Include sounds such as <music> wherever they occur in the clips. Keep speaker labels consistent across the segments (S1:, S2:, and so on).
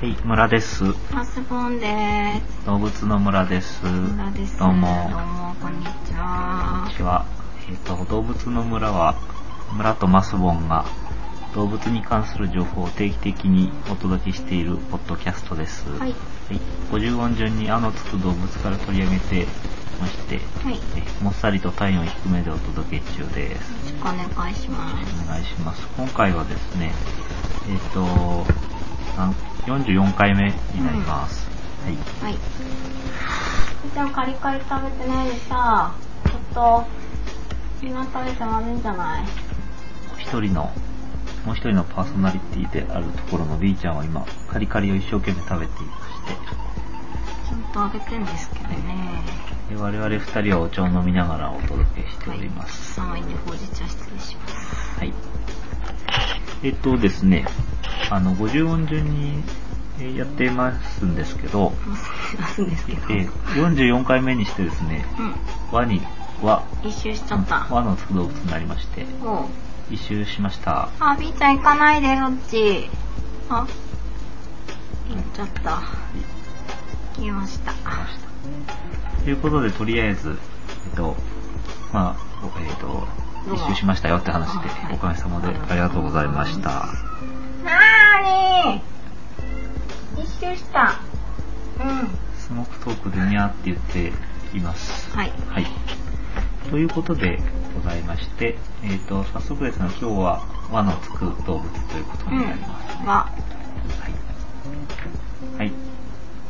S1: はい、村です。
S2: マスボンです。
S1: 動物の村です。
S2: 村です。
S1: どうも。
S2: どうも、こんにち
S1: こん
S2: は
S1: に。ちは。えっ、と、動物の村は、村とマスボンが動物に関する情報を定期的にお届けしているポッドキャストです。
S2: はい。はい。
S1: はい、50音順に「あ」のつく動物から取り上げてまして、
S2: よ
S1: えもっさりと体温低めでお届け中です。
S2: ろしくお願いします。
S1: お願いします。今回はですね、えっ、と、なん44回目になります。はい。
S2: はい。ちゃんカリカリ食べてないでさ、ちょっと、今食べてまずいんじゃない
S1: 一人のもう一人のパーソナリティであるところの B ちゃんは今カリカリを一生懸命食べていまして
S2: ちゃんとあげてんですけどね。
S1: で我々二人はお茶を飲みながらお届けしております
S2: 寒いんでほうじ茶失礼します。
S1: はいえっとですねあの50音順にえーやってますんですけど、
S2: もうすぐ出すんですけど。
S1: えー44回目にしてですね
S2: う
S1: 和に和
S2: ん。一周しちゃった。
S1: 和のつく動物になりまして
S2: おう。
S1: 一周しました
S2: あ、B ちゃん行かないで、そっち。あ、行っちゃった。行きました。
S1: ました。ということで、とりあえず、えっと、まあ、おえっと、
S2: どうも
S1: 一周しましたよって話で
S2: あは、い
S1: おかげさまでありがとうございました。
S2: なーに一周した。うん。
S1: スモークトークでにゃーって言っています。
S2: はい
S1: はい。ということでございまして、えっと、早速ですが、今日は和のつく動物ということ
S2: う
S1: になります。
S2: ん。
S1: は
S2: は、
S1: い。はい。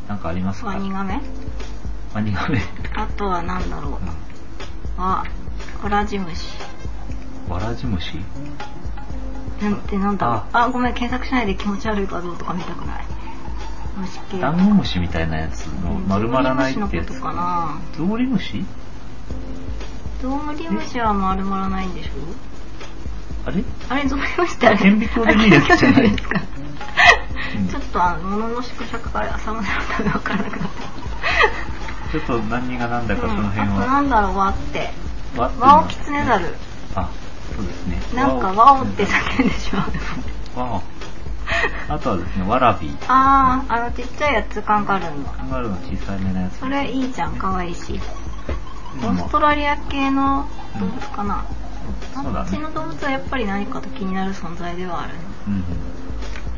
S1: なんかありますか
S2: ワニガメ
S1: ワニガメ。
S2: あとは何だろ
S1: うん
S2: う。は、コラジムシ。
S1: わらじ虫
S2: なんてなんだろう。あ、ごめん、検索しないで気持ち悪い画像とか見たくない。虫系。
S1: ダンゴムシみたいなやつの丸まらないってや
S2: ゾウムリムシのこ
S1: つ
S2: とかな
S1: ゾウリムシ
S2: ゾウムリムシは丸まらないんでしょ
S1: あれ
S2: あれ、ゾウムリムシってあれ
S1: 顕微鏡で見るやつじゃない
S2: 顕微鏡ですか。 <laughs>
S1: うん
S2: ちょっとあの、物の縮尺から浅間さんが分からなくなった。
S1: ちょっと何が何だかその辺
S2: うん、あと
S1: は、
S2: なんだろう、和って。
S1: わっていうのは
S2: 和をキツネザル。
S1: あそうですね
S2: なんか
S1: わ
S2: 和をって叫んでしまう。
S1: わおあとはですねわらび
S2: あー、あのちっちゃいやつカンガルーの。
S1: カンガルーの小さいめのやつ
S2: それいいじゃん、かわいいし。オ
S1: うん
S2: ーストラリア系の動物かな。
S1: そうだ
S2: あっち
S1: ね
S2: の動物はやっぱり何かと気になる存在ではある。
S1: うんうん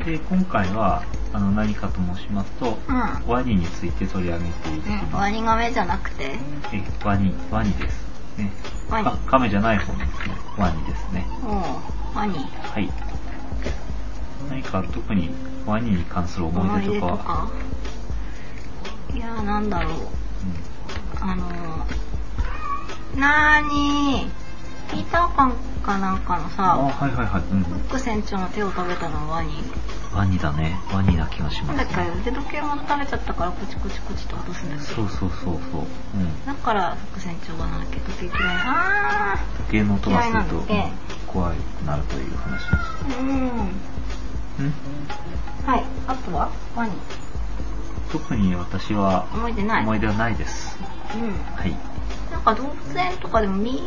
S1: で今回はあの何かと申しますと、
S2: う
S1: ワニについて取り上げていき
S2: うん。
S1: ま
S2: ワ
S1: す、
S2: ニガメじゃなくて、
S1: えワニワニですね
S2: ワニ
S1: か亀じゃない方ですねワニですね
S2: もう、ワニ。
S1: はい。何か特にワニに関する思い出とかは、
S2: いやーなんだろう
S1: う
S2: あのー、なーにーピーターパンかなんかの
S1: ん、あ
S2: さ
S1: はいはいはい、うん
S2: フ、ック船長の手を食べたのはワニ
S1: ワニだねワニな気がし
S2: な
S1: ま
S2: んだっ
S1: す、
S2: けあれ
S1: ね、
S2: 腕時計も食べちゃったからコチコチコチと落とすんだけど
S1: そうそうそうそう、うん、
S2: だからフック船長がなんだっけ時計嫌いあ
S1: 時計の音がすると、
S2: 嫌いなんで
S1: うん怖いなるという話です
S2: ーうん
S1: うん
S2: はいあとはワニ
S1: 特に私は
S2: 思い出ない
S1: 思い出はないです、
S2: うん
S1: はい
S2: なんか動物園とかでも見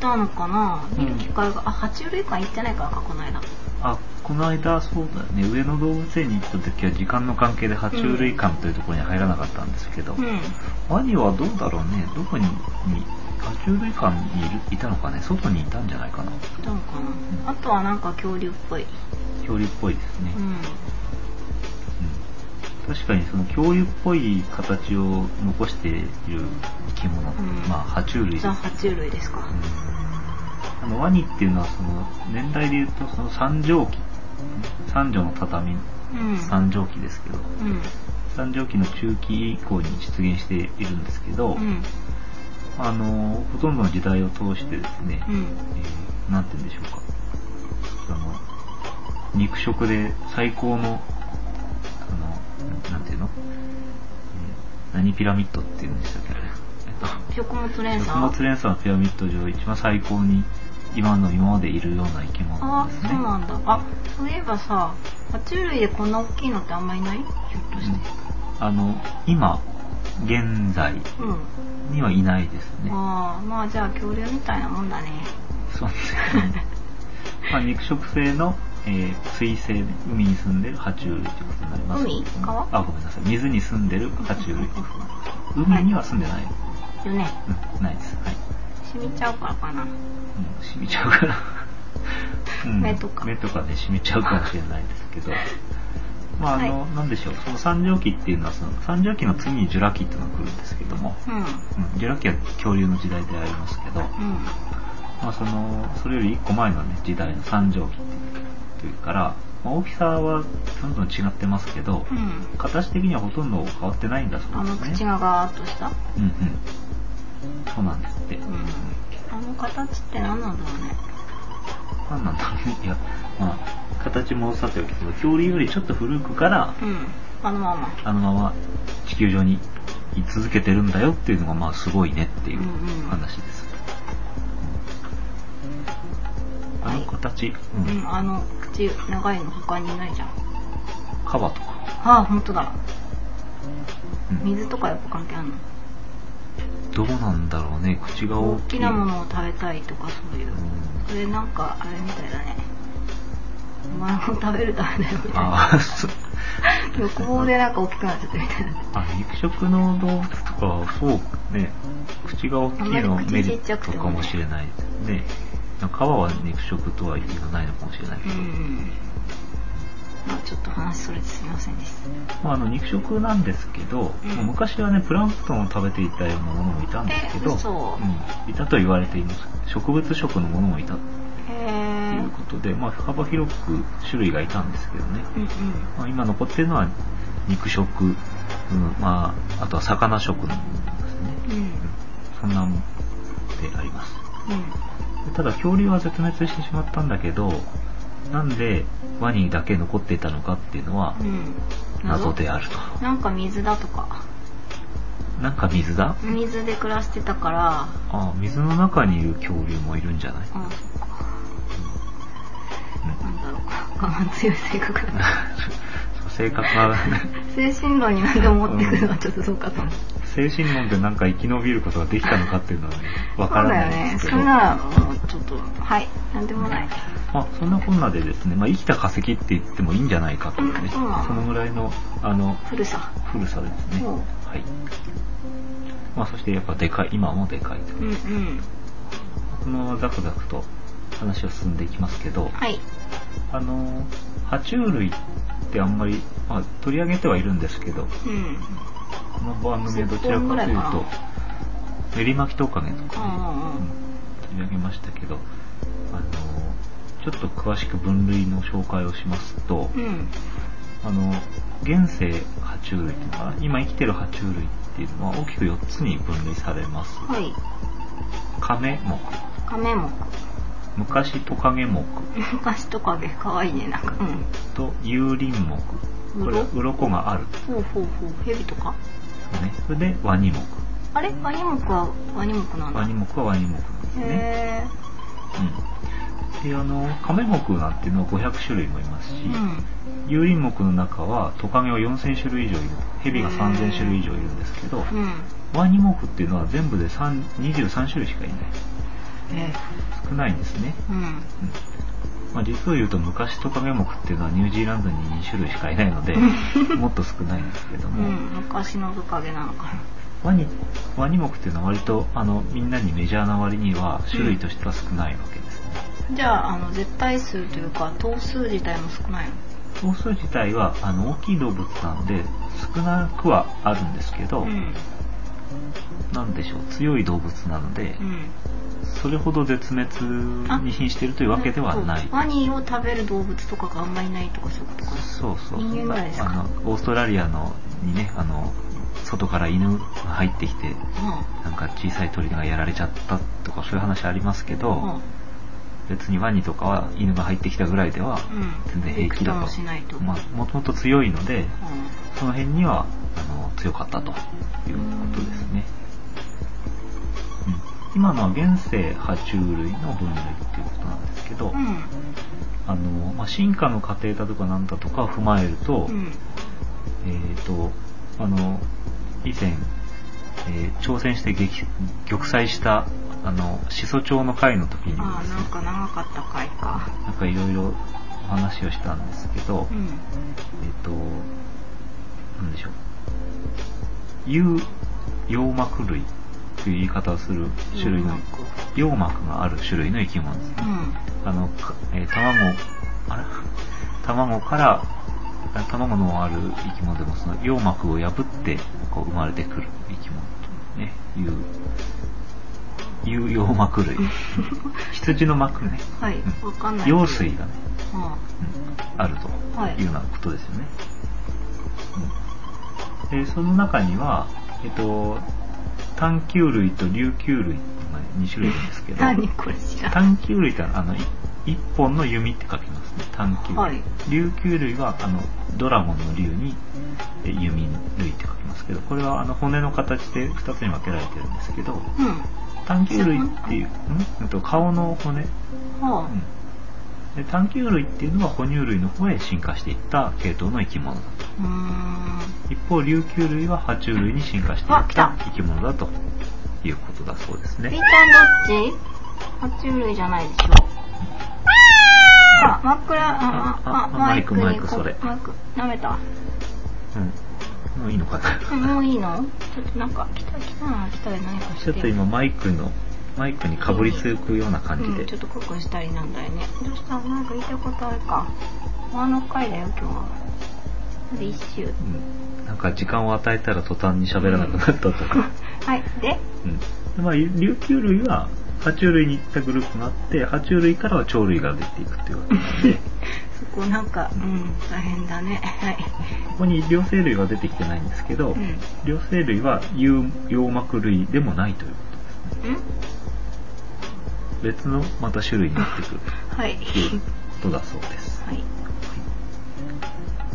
S2: たのかな見る機会が、あ爬虫類館行ってないからかこの間
S1: あこの間そうだね上野動物園に行った時は時間の関係で爬虫類館というところには入らなかったんですけど、
S2: うん
S1: ワニはどうだろうねどこにに爬虫類館にいるいたのかね外にいたんじゃないかな
S2: どうか
S1: うん
S2: なあとはなんか恐竜っぽい。
S1: 恐竜っぽいですね、
S2: うん。
S1: うん確かにその恐竜っぽい形を残している生き物、
S2: うん
S1: まあ爬虫類です、
S2: じゃあ爬虫類ですか。
S1: うんあのワニっていうのはその年代で言うとその三畳紀三畳の畳、
S2: うん。
S1: 三畳紀ですけど
S2: うん。
S1: 三畳紀の中期以降に出現しているんですけど、
S2: うん。
S1: あのほとんどの時代を通してですね、
S2: うん。
S1: えーなんて言うんでしょうか。その、肉食で最高の、あの、ななんていうの、えー何ピラミッドっていうんでしたっけあれ。え
S2: 食物連
S1: っと食
S2: 鎖。
S1: 物連鎖のピラミッド上一番最高に今の今までいるような生き物
S2: ああ、
S1: です
S2: そ
S1: ね。
S2: うなんだ。あ、そういえばさ、爬虫類でこんな大きいのってあんまいないひょっとして。
S1: あの、今、現在
S2: うん。
S1: にはいないですね。
S2: ああ、まあじゃあ恐竜みたいなもんだね。
S1: そうですね。まあ肉食性の、えー水生、ね、海に住んでる爬虫類ということになります。
S2: 海川
S1: あ、ごめんなさい。水に住んでる爬虫類ということになります。海には住んでない。
S2: よね。
S1: うん、ないです。はい。
S2: 染みちゃうからかな。
S1: うん、染みちゃうから。うん
S2: 目とか
S1: 目とかね、染みちゃうかもしれないですけど。まあ、あの、
S2: は
S1: なんでしょう。その三畳紀っていうのは、その三畳紀の次にジュラ紀っていうのが来るんですけども、
S2: うん。
S1: うん、ジュラ紀は恐竜の時代でありますけど、
S2: うん。
S1: まあ、そのそれより1個前の、ね、時代の三畳紀というから、まあ、大きさはどんどん違ってますけど、
S2: うん。
S1: 形的にはほとんど変わってないんだそ
S2: あ
S1: うで
S2: の
S1: すね
S2: 口がガーッとした。
S1: うんうんそうなんですって、
S2: うん。あの形って何なんだろうね。
S1: 何なんだろうねいやまあ形もさておきけど恐竜よりちょっと古くから
S2: うん。あのまま。
S1: あのまま地球上に居続けてるんだよっていうのがまあすごいねっていう
S2: うんうん
S1: 話です、
S2: はい
S1: あの形、
S2: う
S1: うん
S2: ん。あの口長いの他にいないじゃん。
S1: カバとか、
S2: ああ、ほんとだ。
S1: うん
S2: 水とかやっぱ関係あるの
S1: どうなんだろうね口が大
S2: 大
S1: きい
S2: きなものを食べたいとかそういう
S1: う。ん
S2: それなんかあれみたいだね。お前も食べるためだよみたいな。
S1: ああそう
S2: 欲望でなんか大きくなっちゃったみたいな。
S1: あ肉食の動物とかはそうね口が大きいのはメリットかもしれないですね皮は肉食とは言いがないのかもしれないけ
S2: うん
S1: ど、
S2: うん。まあちょっと話それてすみませんでした。
S1: まあ、あの肉食なんですけど、
S2: うん
S1: もう昔はねプランクトンを食べていたようなものもいたんですけど、
S2: え嘘
S1: うんいたと言われています植物食のものもいたと
S2: へ
S1: い
S2: え
S1: う。ことで、まあ、幅広く種類がいたんですけどね、
S2: うんうん。
S1: まあ、今残ってるのは肉食、うんまあ、あとは魚食のものですね、う
S2: うん
S1: んそんなもんであります
S2: うん。
S1: でただ恐竜は絶滅してしまったんだけどなんでワニだけ残っていたのかっていうのは
S2: うん。
S1: 謎であると、
S2: なんか水だとか。
S1: なんか水だ
S2: 水で暮らしてたから、
S1: ああ水の中にいる恐竜もいるんじゃない、 <laughs>
S2: あそっか。
S1: う
S2: なんだろう。我慢強い性格だ
S1: ん、 <laughs>
S2: な
S1: そう性格は
S2: 精神論になんか持ってくるのはちょっとどうかと思う。
S1: 精神論でなんか生き延びることができたのかっていうのはねわからないですけ
S2: そう
S1: ど
S2: だよね。それならもうちょっと、はい。なんでもない。
S1: まあ、そんなこんなでですね、まあ、生きた化石って言ってもいいんじゃないかというね、
S2: うん
S1: そのぐらいのあの
S2: 古さ。
S1: 古さですね、
S2: うん
S1: はいまあ、そしてやっぱでかい今もでかいと
S2: うんうん。
S1: このままザクザクと話を進んでいきますけど
S2: はい。
S1: あの爬虫類ってあんまり、まあ、取り上げてはいるんですけど
S2: うん。
S1: この番組はどちらかと
S2: 10本ぐらい
S1: いう
S2: か
S1: とメリマキトカゲと
S2: う
S1: かね、
S2: んうんうん。
S1: 取り上げましたけどあのちょっと詳しく分類の紹介をしますと、
S2: うん。
S1: あの現世爬虫類っていうのかな今生きてる爬虫類っていうのは大きく4つに分類されます
S2: はい。
S1: カメ目
S2: カメ目。
S1: 昔トカゲ目
S2: 昔トカゲ、かわいいね、なんか。うん。
S1: と幽林目これは鱗がある
S2: ほうほうほう。ヘビとか。
S1: ねそれでワニ目
S2: あれワニ目はワニ目なんだ。
S1: ワニ目はワニ目なんですね
S2: へ
S1: うんであのカメ目なんていうのは500種類もいますし、
S2: え。うん。
S1: 幽林目の中はトカゲは4000種類以上いるヘビが3000種類以上いるんですけど、
S2: うん。
S1: ワニ目っていうのは全部で3 23種類しかいない
S2: え
S1: 少ないんですね
S2: え。うん。
S1: まあ、実を言うと昔トカゲ目っていうのはニュージーランドに2種類しかいない
S2: <laughs>
S1: のでもっと少ないんですけど
S2: う
S1: も、
S2: ん。昔のトカゲなのかな。
S1: ワニワニ目っていうのは割とあのみんなにメジャーな割には種類としては少ないわけですね、
S2: じゃあ、あの、絶対数というか、頭数自体も少ないの。
S1: 頭数自体はあの大きい動物なんで少なくはあるんですけど、
S2: うん。
S1: なんでしょう強い動物なので、
S2: うん。
S1: それほど絶滅に瀕しているというわけではない
S2: ワニを食べる動物とかがあんまりいないとかそういうことかな。
S1: そうそう
S2: 人間ぐらいですか
S1: あのオーストラリアのにねあの外から犬が入ってきてなんか小さい鳥がやられちゃったとかそういう話ありますけど、
S2: うん。うん。
S1: 別にワニとかは犬が入ってきたぐらいでは
S2: うん。
S1: 全然平気だ
S2: びくも
S1: と
S2: しないと。
S1: まあ、もともと強いので
S2: うん
S1: その辺にはあの強かったということですね、うん、今のは現世爬虫類の分類っていうことなんですけど、
S2: うん。
S1: あのまあ、進化の過程だとかなんだとかを踏まえると、
S2: うん。
S1: えー、と、あの、以前、えー挑戦して撃玉砕した、あの、始祖鳥の会の時にもで
S2: ああ、
S1: す
S2: なん
S1: ね、
S2: か長かった回か。
S1: なんかいろいろお話をしたんですけど、
S2: うん。
S1: えっと、なんでしょう。有葉膜類という言い方をする種類の
S2: うん、
S1: 葉膜がある種類の生き物ですね。あの、かえー卵、あら卵から、あ卵のある生き物でも、その葉膜を破って、こう、生まれてくる生き物と、ね、いう、いう葉膜
S2: <laughs>
S1: 類。羊の膜ね。
S2: はい
S1: うん
S2: わかんない
S1: 羊水がね、
S2: は
S1: うんあると
S2: はい
S1: いうようなことですよね。うんでその中には、えっと、単球類と琉球類、まあ、2種類いるんですけど、
S2: 何これ知らん。
S1: <laughs> 探求類ってあのい一本の弓って書きますね探求類、
S2: はい
S1: 琉球類はあのドラゴンの竜にえ弓類って書きますけどこれはあの骨の形で2つに分けられてるんですけど
S2: うん。
S1: 探求類っていうんうんと顔の骨、
S2: は
S1: うん、で探求類っていうのは哺乳類の方へ進化していった系統の生き物だと
S2: あ。うーん。
S1: 一方琉球類は爬虫類に進化してい
S2: あ
S1: っ
S2: 来
S1: た
S2: た
S1: 生き物だということだそうです
S2: ピー
S1: ね
S2: ターどっち爬虫類じゃないでしょ。あ、枕、あ、
S1: あ
S2: あ、あ、
S1: マ
S2: マ
S1: イ
S2: イ
S1: ク
S2: ク
S1: マイク
S2: にこ
S1: それ
S2: マイク、舐めた。
S1: うんもういいのかな
S2: えもういいのちょっとなんか、来た、来たな、来たり何かして。
S1: ちょっと今マイクのマイクにかぶりつくような感じで、
S2: うん、ちょっとクックしたりなんだよねどうしたなんか言いたことあるかあの回だよ今日はで一周
S1: うんなんか時間を与えたら途端に喋らなくなったとか、
S2: <laughs> はいで
S1: うんでまあ、琉球類は爬虫類に行ったグループがあって爬虫類からは鳥類が出ていくっていうわけなん
S2: <laughs>
S1: でこ
S2: そこなんかうん大変だねはい
S1: こに両生類は出てきてないんですけど、
S2: うん
S1: 両生類は有葉膜類でもないということ
S2: うん
S1: 別のまた種類になってくる
S2: はい
S1: ということだそうです。
S2: はい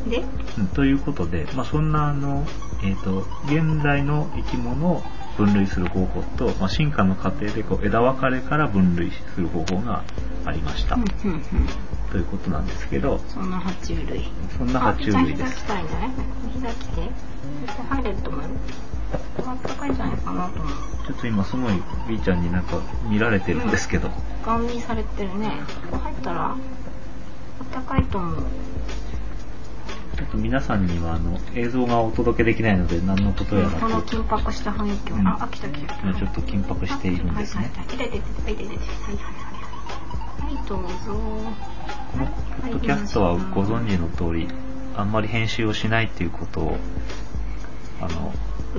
S2: で
S1: うんということで、まあ、そんなあの、えー、と現在の生き物を分類する方法と、まあ、進化の過程でこう枝分かれから分類する方法がありました、
S2: うんうんうん
S1: ということなんですけど
S2: そんな爬虫類
S1: そんな爬虫類で
S2: あ膝膝
S1: す
S2: 来たいんじゃない膝来てそして入れると思うよあったかいんじゃないかなと思う
S1: ちょっと今すごい B ちゃんになんか見られてるんですけど、
S2: ガン見されてるねここ入ったらあったかいと思う
S1: ちょっと皆さんにはあの映像がお届けできないので何のことやら
S2: この
S1: く
S2: 緊迫した雰囲気を、
S1: うん
S2: あ、あ、来た来た。
S1: 今ちょっと緊迫しているんですね
S2: はいはいはい。はいはいはいはいはいはいはい。はいどうぞ。
S1: このポッドキャストはご存知の通り、あんまり編集をしないっていうことを、あの、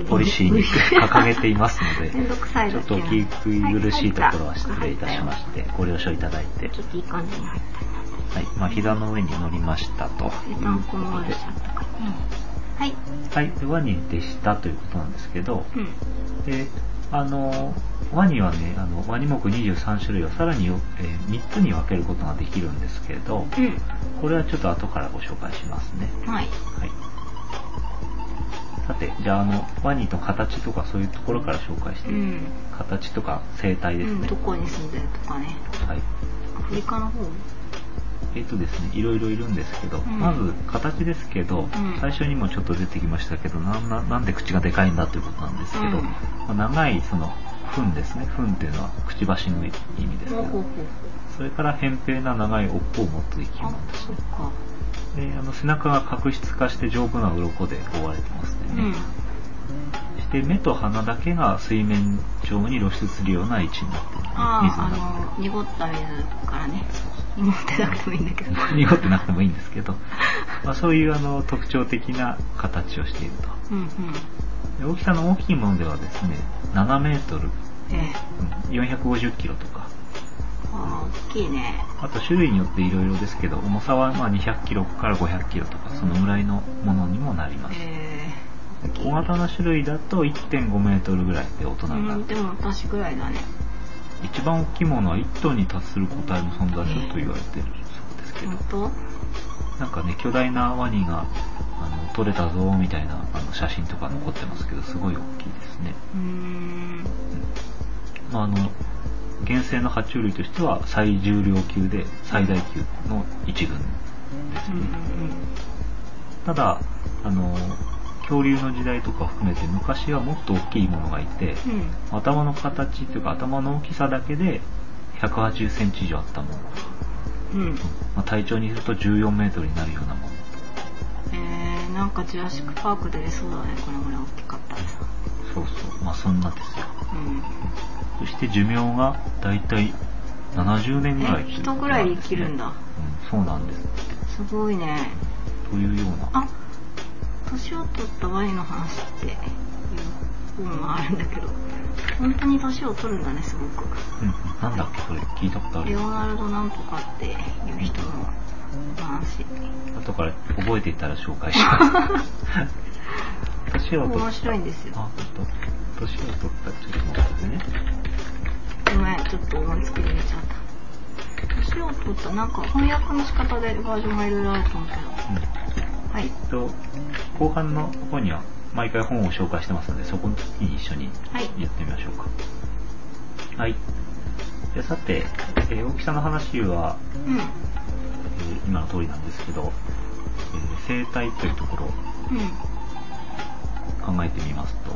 S1: ポリシーに掲げていますので、
S2: めんどくさい
S1: ちょ
S2: だ
S1: っ
S2: け
S1: と
S2: な
S1: お聞き苦しいところは失礼いたしまし。
S2: は
S1: て、ご了承いただいて
S2: い、ちょっといい感じに入ったな。
S1: はい、まあ、膝の上に乗りましたという
S2: で何
S1: こ
S2: 分も
S1: と
S2: ある
S1: で
S2: し、あったかい。はい。
S1: はい、でワニでしたということなんですけど、
S2: うん。
S1: で、あの、ワニはね、あのワニ目23種類をさらによ、え3つに分けることができるんですけど、これはちょっと後からご紹介しますね。
S2: うん。はい。
S1: はい。さて、じゃあ、あの、ワニの形とかそういうところから紹介して、
S2: うん。
S1: 形とか生態
S2: う
S1: です
S2: ん
S1: ね。
S2: どこに住んでるとかね。
S1: はい。
S2: アフリカの方。
S1: えっ、とですね、いろいろいるんですけど、
S2: ん
S1: まず形ですけど、
S2: ん
S1: 最初にもちょっと出てきましたけど、なんななんで口がでかいんだということなんですけど、
S2: うん
S1: まあ長いその、糞ですね。糞っていうのはくちばしの意味ですけ
S2: ほうほうほう
S1: ど、それから扁平な長い尾っぽを持つ生き
S2: あ
S1: 物。、
S2: そっか。
S1: で、あの背中が角質化して丈夫な鱗で覆われてますね。
S2: うん。
S1: そして目と鼻だけが水面上に露出するような位置になってる、水の中
S2: ああ、あの、濁った水からね。濁ってなくてもいいんだけど。
S1: で濁ってなくてもいいんですけど、まあ、そういうあの特徴的な形をしていると
S2: うんうん。
S1: で大きさの大きいものではですね7メートル、
S2: ええ。
S1: うん450キロとか
S2: あー大きいね。
S1: あと種類によっていろいろですけど重さはまあ200キロから500キロとかそのぐらいのものにもなります
S2: え
S1: で小型の種類だと1.5メートルぐらいで大人
S2: ー、
S1: にな
S2: う
S1: る
S2: ん、でも私ぐらいだね。
S1: 一番大きいものは1トンに達する個体も存在すると言われてるそうですけど
S2: 本当？
S1: なんかね、巨大なワニが、あの、撮れたぞ、みたいな、あの、写真とか残ってますけど、すごい大きいですね。
S2: うーん。
S1: まあ、あの、原生の爬虫類としては、最重量級で、最大級の一群です
S2: う
S1: ね。
S2: ん
S1: ただ、あの、恐竜の時代とかを含めて、昔はもっと大きいものがいて、
S2: うんうん。うん。
S1: 頭の形というか、頭の大きさだけで、180センチ以上あったもの
S2: うん。
S1: まあ、体長にすると14メートルになるようなもの
S2: えー、なんかジュラシックパークで出そうだね、これぐらい大きかったらさ。
S1: そうそうまあそんなですよ
S2: うん。
S1: そして寿命がだいたい70年ぐらい
S2: え、人ぐらい生きるんだ。
S1: うん、そうなんです
S2: すごいね。
S1: というような
S2: あ、年を取ったワインの話っていう本があるんだけど、本当に年を取るんだね、すごく。
S1: うんうん、なんだっけそれ聞いたことあ
S2: レ
S1: る
S2: オナルドなんとかっていう人の話。
S1: 後から覚えていたら紹介します
S2: <laughs>
S1: 年を取
S2: 面
S1: っ
S2: 白いんですよ。
S1: あ本当年を取ったちょっと待ってね
S2: ごめん、ちょっと思いつきで入れちゃった。年を取った、なんか翻訳の仕方でバージョンがいろいろあると思うけど。
S1: うん
S2: は
S1: え
S2: い。
S1: っと後半の方には毎回本を紹介してますのでそこの時に一緒に
S2: はい。
S1: やってみましょうかはいでさて、えー大きさの話は、
S2: うん。
S1: えー今の通りなんですけど、えー生態というところを
S2: う
S1: 考えてみますと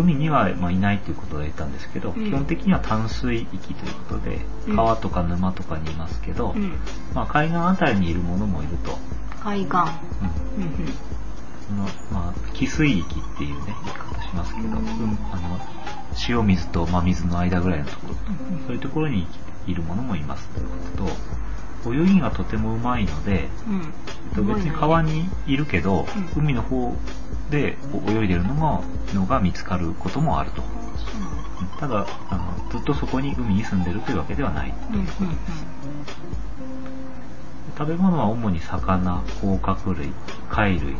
S1: 海には、まあ、いないということで言ったんですけど、
S2: うん
S1: 基本的には淡水域ということで
S2: うん
S1: 川とか沼とかにいますけど、
S2: ん。うん。
S1: まあ、海岸あたりにいるものもいると、
S2: 海
S1: う
S2: 岸。
S1: ん、
S2: うんうん。
S1: そのまあ、汽水域っていうね、言い方しますけど、
S2: うん
S1: うんあの塩水と真水の間ぐらいのところ、
S2: うん
S1: そういうところにいるものもいますということと、泳ぎがとてもうまいので、
S2: うん。
S1: えっと別に川にいるけど、
S2: うん
S1: 海の方でこう泳いでるのがのが見つかることもあると。
S2: そうなんだ。
S1: うんただあの、ずっとそこに海に住んでるというわけではない。
S2: うんうんうん。
S1: 食べ物は主に魚、甲殻類、貝類、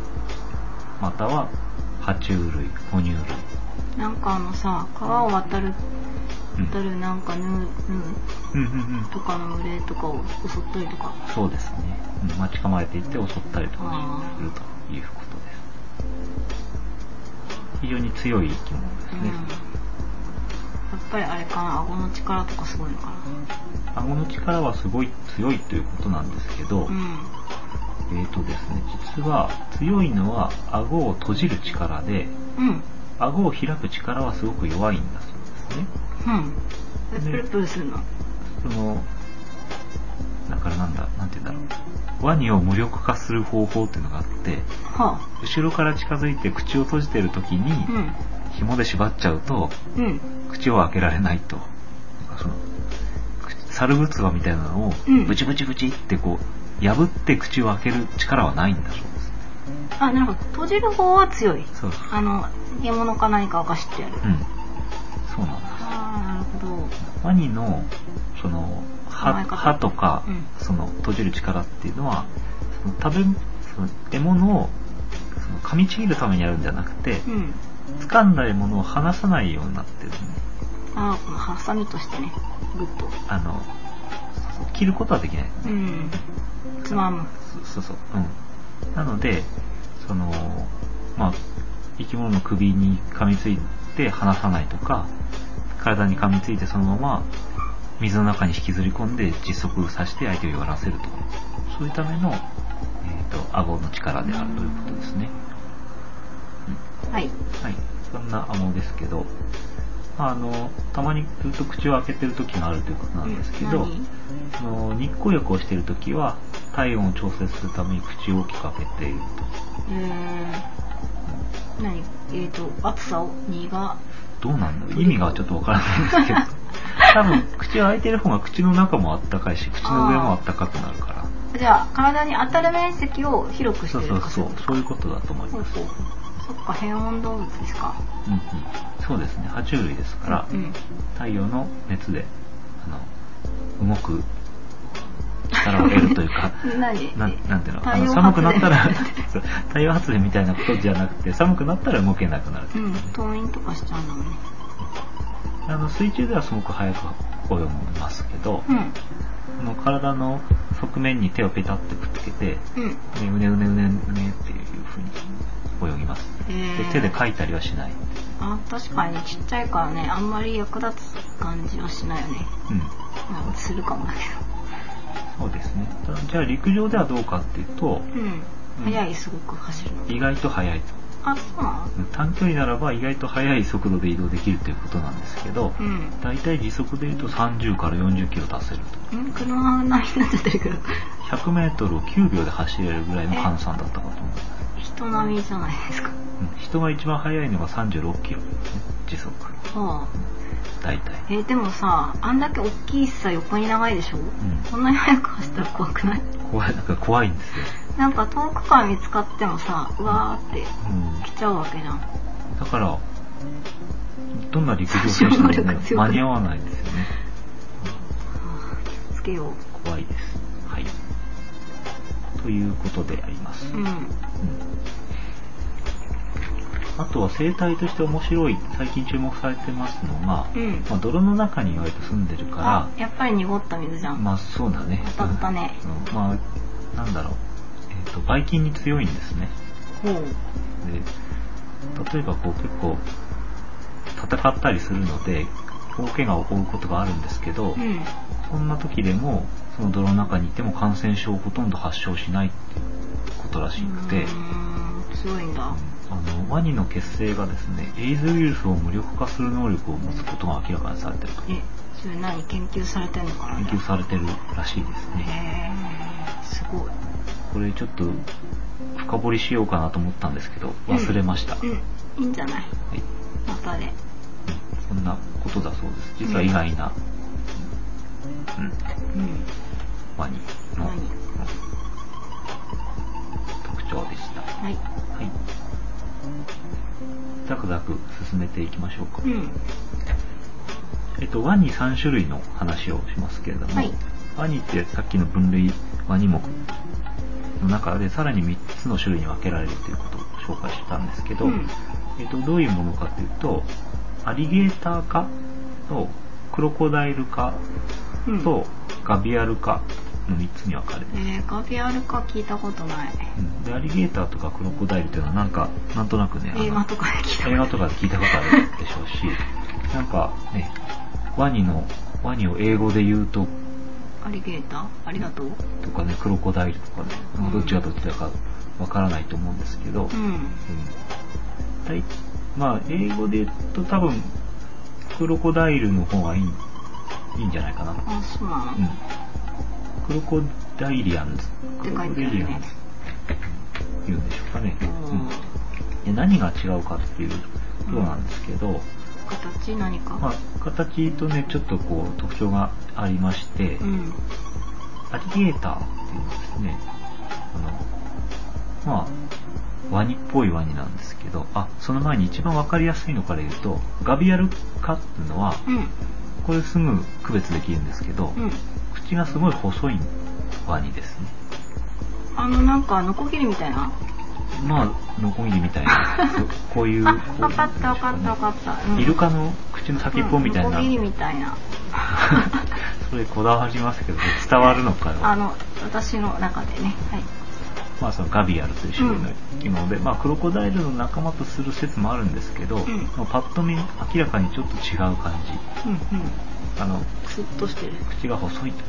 S1: または爬虫類、哺乳類。
S2: なんかあのさ、川を渡
S1: う
S2: る、
S1: ん
S2: 渡るなんかヌー、ヌー
S1: うんうんうん、
S2: とかの群れとかを襲ったりとか。
S1: そうですね、うん待ち構えていって襲ったりとか
S2: あー
S1: するということです非常に強い生き物です
S2: うん。
S1: ね、
S2: やっぱりあれかな、顎の力とかすごいのかな。
S1: 顎の力はすごい強いということなんですけど、
S2: うん。
S1: えっ、とですね実は強いのは顎を閉じる力で
S2: うん。
S1: 顎を開く力はすごく弱いんだそうですね
S2: うん。えプルプルするの。
S1: そのだからなんだなんて言うんだろうワニを無力化する方法っていうのがあって
S2: はあ。
S1: 後ろから近づいて口を閉じてる時に、
S2: う
S1: 紐で縛っちゃうと
S2: ん。うん。
S1: 口を開けられないとなんかその口猿ぐつわみたいなのを
S2: うん
S1: ブチブチブチってこう破って口を開ける力はないんだそうです
S2: あ、なんか閉じる方は強い。
S1: そうです
S2: あの、獲物か何かをかしってやる。
S1: うんそうなんです
S2: ああ、なるほど。
S1: ワニのその
S2: 構え
S1: 歯
S2: 方
S1: 歯とか、
S2: うん
S1: その閉じる力っていうのはその食べその獲物をその噛みちぎるためにやるんじゃなくて、
S2: うん。
S1: 掴んだ獲物を離さないようになってるね
S2: ああ、このハサミとしてね、グッと。
S1: あのそうそう切ることはできない
S2: うん。つまむ。
S1: そうそう、うん。なので、その、まあ、生き物の首に噛みついて離さないとか、体に噛みついてそのまま水の中に引きずり込んで窒息させて相手を弱らせると。そういうための、えっ、と、顎の力であるということですね。
S2: はい。
S1: はい。そんな顎ですけど、まああの、たまにずっと口を開けてる時があるということなんですけど、
S2: うん
S1: その日光浴をしているときは体温を調節するために口を大きく開けている
S2: 何えー、何えっ、と、暑さを苦。
S1: とどうなんだろう意味がちょっとわからないんですけど <laughs> 多分口を開いてる方が口の中もあったかいし口の上もあったかくなるから
S2: じゃあ、体に当たる面積を広くし
S1: そ
S2: て
S1: う
S2: る
S1: そ
S2: と
S1: う
S2: か
S1: そうそういう
S2: こ
S1: ことだと思い
S2: と
S1: ます、
S2: そうそう。そっか、変温動物ですか。
S1: うんうん、そうですね爬虫類ですから、
S2: うん。
S1: 太陽の熱であの動く力を得るという <laughs> か
S2: <laughs> 何
S1: ななんていうのあ
S2: 太
S1: の
S2: 陽
S1: 寒くなったら <laughs>
S2: 発
S1: そう太陽発電みたいなことじゃなくて寒くなったら動けなくなる
S2: うん、冬眠とかしちゃうんだもんね。
S1: あの水中ではすごく早く泳ぎますけど、
S2: う
S1: その体の側面に手をペタってくっつけて、
S2: ん。うん。
S1: うねうねうねうねうねっていう風に泳ぎます。
S2: え
S1: で
S2: ー、
S1: 手でかいたりはしない。
S2: あ確かにちっちゃいからねあんまり役立つ感じはしないよね
S1: うん。
S2: まあするかもだけ
S1: そうですね。ただじゃあ陸上ではどうかっていうと、
S2: どうん
S1: うん
S2: 速いすごく走るの
S1: 意外と速いと。
S2: あ、そうなの
S1: 短距離ならば意外と速い速度で移動できるということなんですけど、
S2: うん。
S1: 大体時速で言うと30から40キロ出せると。
S2: うん、車並みになっちゃってるけど。 <laughs>
S1: 100メートルを9秒で走れるぐらいの換算だったかと思う。
S2: 人並みじゃないですか。
S1: うん人が一番速いのが36キロですね、時速。
S2: はあ。
S1: 大体。
S2: えーでもさ、あんだけ大きいしさ、横に長いでしょ
S1: ん
S2: こんなに速く走ったら怖くない
S1: 怖い、なんか怖いんですよ。
S2: なんか遠くから見つかってもさ、うわーって
S1: うん
S2: 来ちゃうわけじゃん。
S1: だから、どんな陸上選手でもね
S2: 最初の
S1: 間
S2: 力強く
S1: に合わないんですよね。
S2: つけよ
S1: 怖いです。はい。ということであります。
S2: う。うん。
S1: あとは生態として面白い、最近注目されてますのが、
S2: うん。
S1: まあ、泥の中に意外と住んでるか、
S2: あやっぱり濁った水じゃ
S1: ら、
S2: ん。
S1: まあそうだね。
S2: 当たったね。
S1: うんまあ、なんだろう。えっ、と、ばい菌に強いんですね。
S2: ほう。
S1: で、例えばこう結構、戦ったりするので、大怪我を負うことがあるんですけど、
S2: うん。
S1: そんな時でも、その泥の中にいても感染症をほとんど発症しないっていうことらしくて、
S2: うーん強いん
S1: あ
S2: だ。
S1: の、ワニの血清がですね、エイズウイルスを無力化する能力を持つことが明らかにされてると。
S2: え、それ何研究されてんのかな
S1: 研究されてるらしいですね。
S2: へー、すごい。
S1: これちょっと深掘りしようかなと思ったんですけど、忘れました。はい。
S2: うん、いいんじゃないまたで。
S1: こんなことだそうです。実は意外な、うん、
S2: うん。
S1: ワニの
S2: ワニ
S1: 特徴でした。
S2: はい。
S1: はい。ザクザク進めていきましょうか。
S2: うん。
S1: えっと、ワニ3種類の話をしますけれども、
S2: はい
S1: ワニってさっきの分類ワニ目の中でさらに3つの種類に分けられるということを紹介したんですけど、
S2: うん
S1: えっと、どういうものかというと、アリゲーター科とクロコダイル科
S2: うん、
S1: とガビアル科の3つに分かれて
S2: えー、ガビアルか聞いたことない。
S1: うんで、アリゲーターとかクロコダイルというのはなんか、なんとなくね、あの
S2: 映画とかで聞いた
S1: 映画とかで聞いたことあるでしょうし、なんかね、ワニの、ワニを英語で言うと、
S2: <laughs> アリゲーターありがとう。
S1: とかね、クロコダイルとかね、
S2: うん
S1: どっちがどっちだかわからないと思うんですけど、
S2: う
S1: うん
S2: ん。
S1: 大まあ、英語で言うと多分、クロコダイルの方がいいいいんじゃないかな。
S2: あ、そうなの、
S1: うん。クロコダイリアンズ。
S2: っ
S1: ク
S2: て
S1: ロ
S2: 書
S1: コ
S2: い
S1: ダイ
S2: てある
S1: リアン
S2: ね
S1: ズ。言うんでしょうかね。
S2: お
S1: うん
S2: ー
S1: で何が違うかっていうことなんですけど、
S2: 形何か、
S1: まあ、形とね、ちょっとこう特徴がありまして、
S2: うん。
S1: アリゲーターっていうのはですね、あの、まあ、ワニっぽいワニなんですけど、あ、その前に一番わかりやすいのから言うと、ガビアルカっていうのは、
S2: うん。
S1: これすぐ区別できるんですけど、
S2: うん。
S1: 口がすごい細いワニですね。
S2: あの、なんか、ノコギリみたいな。
S1: まあ、ノコギリみたいな、そうこういう、
S2: あ、
S1: こう
S2: わかったわかったわかった。うん
S1: イルカの口の先っぽみたい
S2: うんノ
S1: な
S2: コ、ギリみたいな。
S1: <laughs> それこだわりますけど、伝わるのか
S2: あ
S1: よ。
S2: の、私の中でね。はい。
S1: まあそのガビアルという種類の生き物で、まあクロコダイルの仲間とする説もあるんですけど、
S2: ん
S1: まあパッと見明らかにちょっと違う感じ。
S2: うんうん。
S1: あの、
S2: クスッとしてる。
S1: 口が細いという。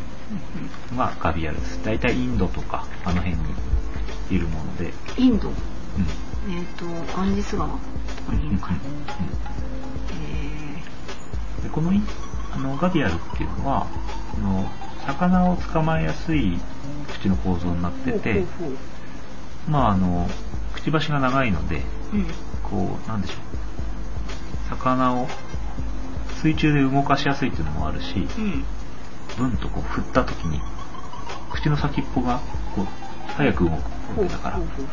S2: うんうん。
S1: まあガビアルです。大体インドとか、あの辺にいるもので、
S2: インド。
S1: うん。
S2: えっ、と、ガンジス川とかにいるから。
S1: う
S2: え
S1: んでこのインあのガビアルっていうのは、その魚を捕まえやすい口の構造になっ
S2: ー、
S1: てて、
S2: ほうほうほう。
S1: まああの、くちばしが長いので、
S2: うん。
S1: こう、なんでしょう。魚を水中で動かしやすいっていうのもあるし、
S2: うん。
S1: ブンとこう振った時に、口の先っぽが、こう、早く動くわけだから、
S2: ほうほうほう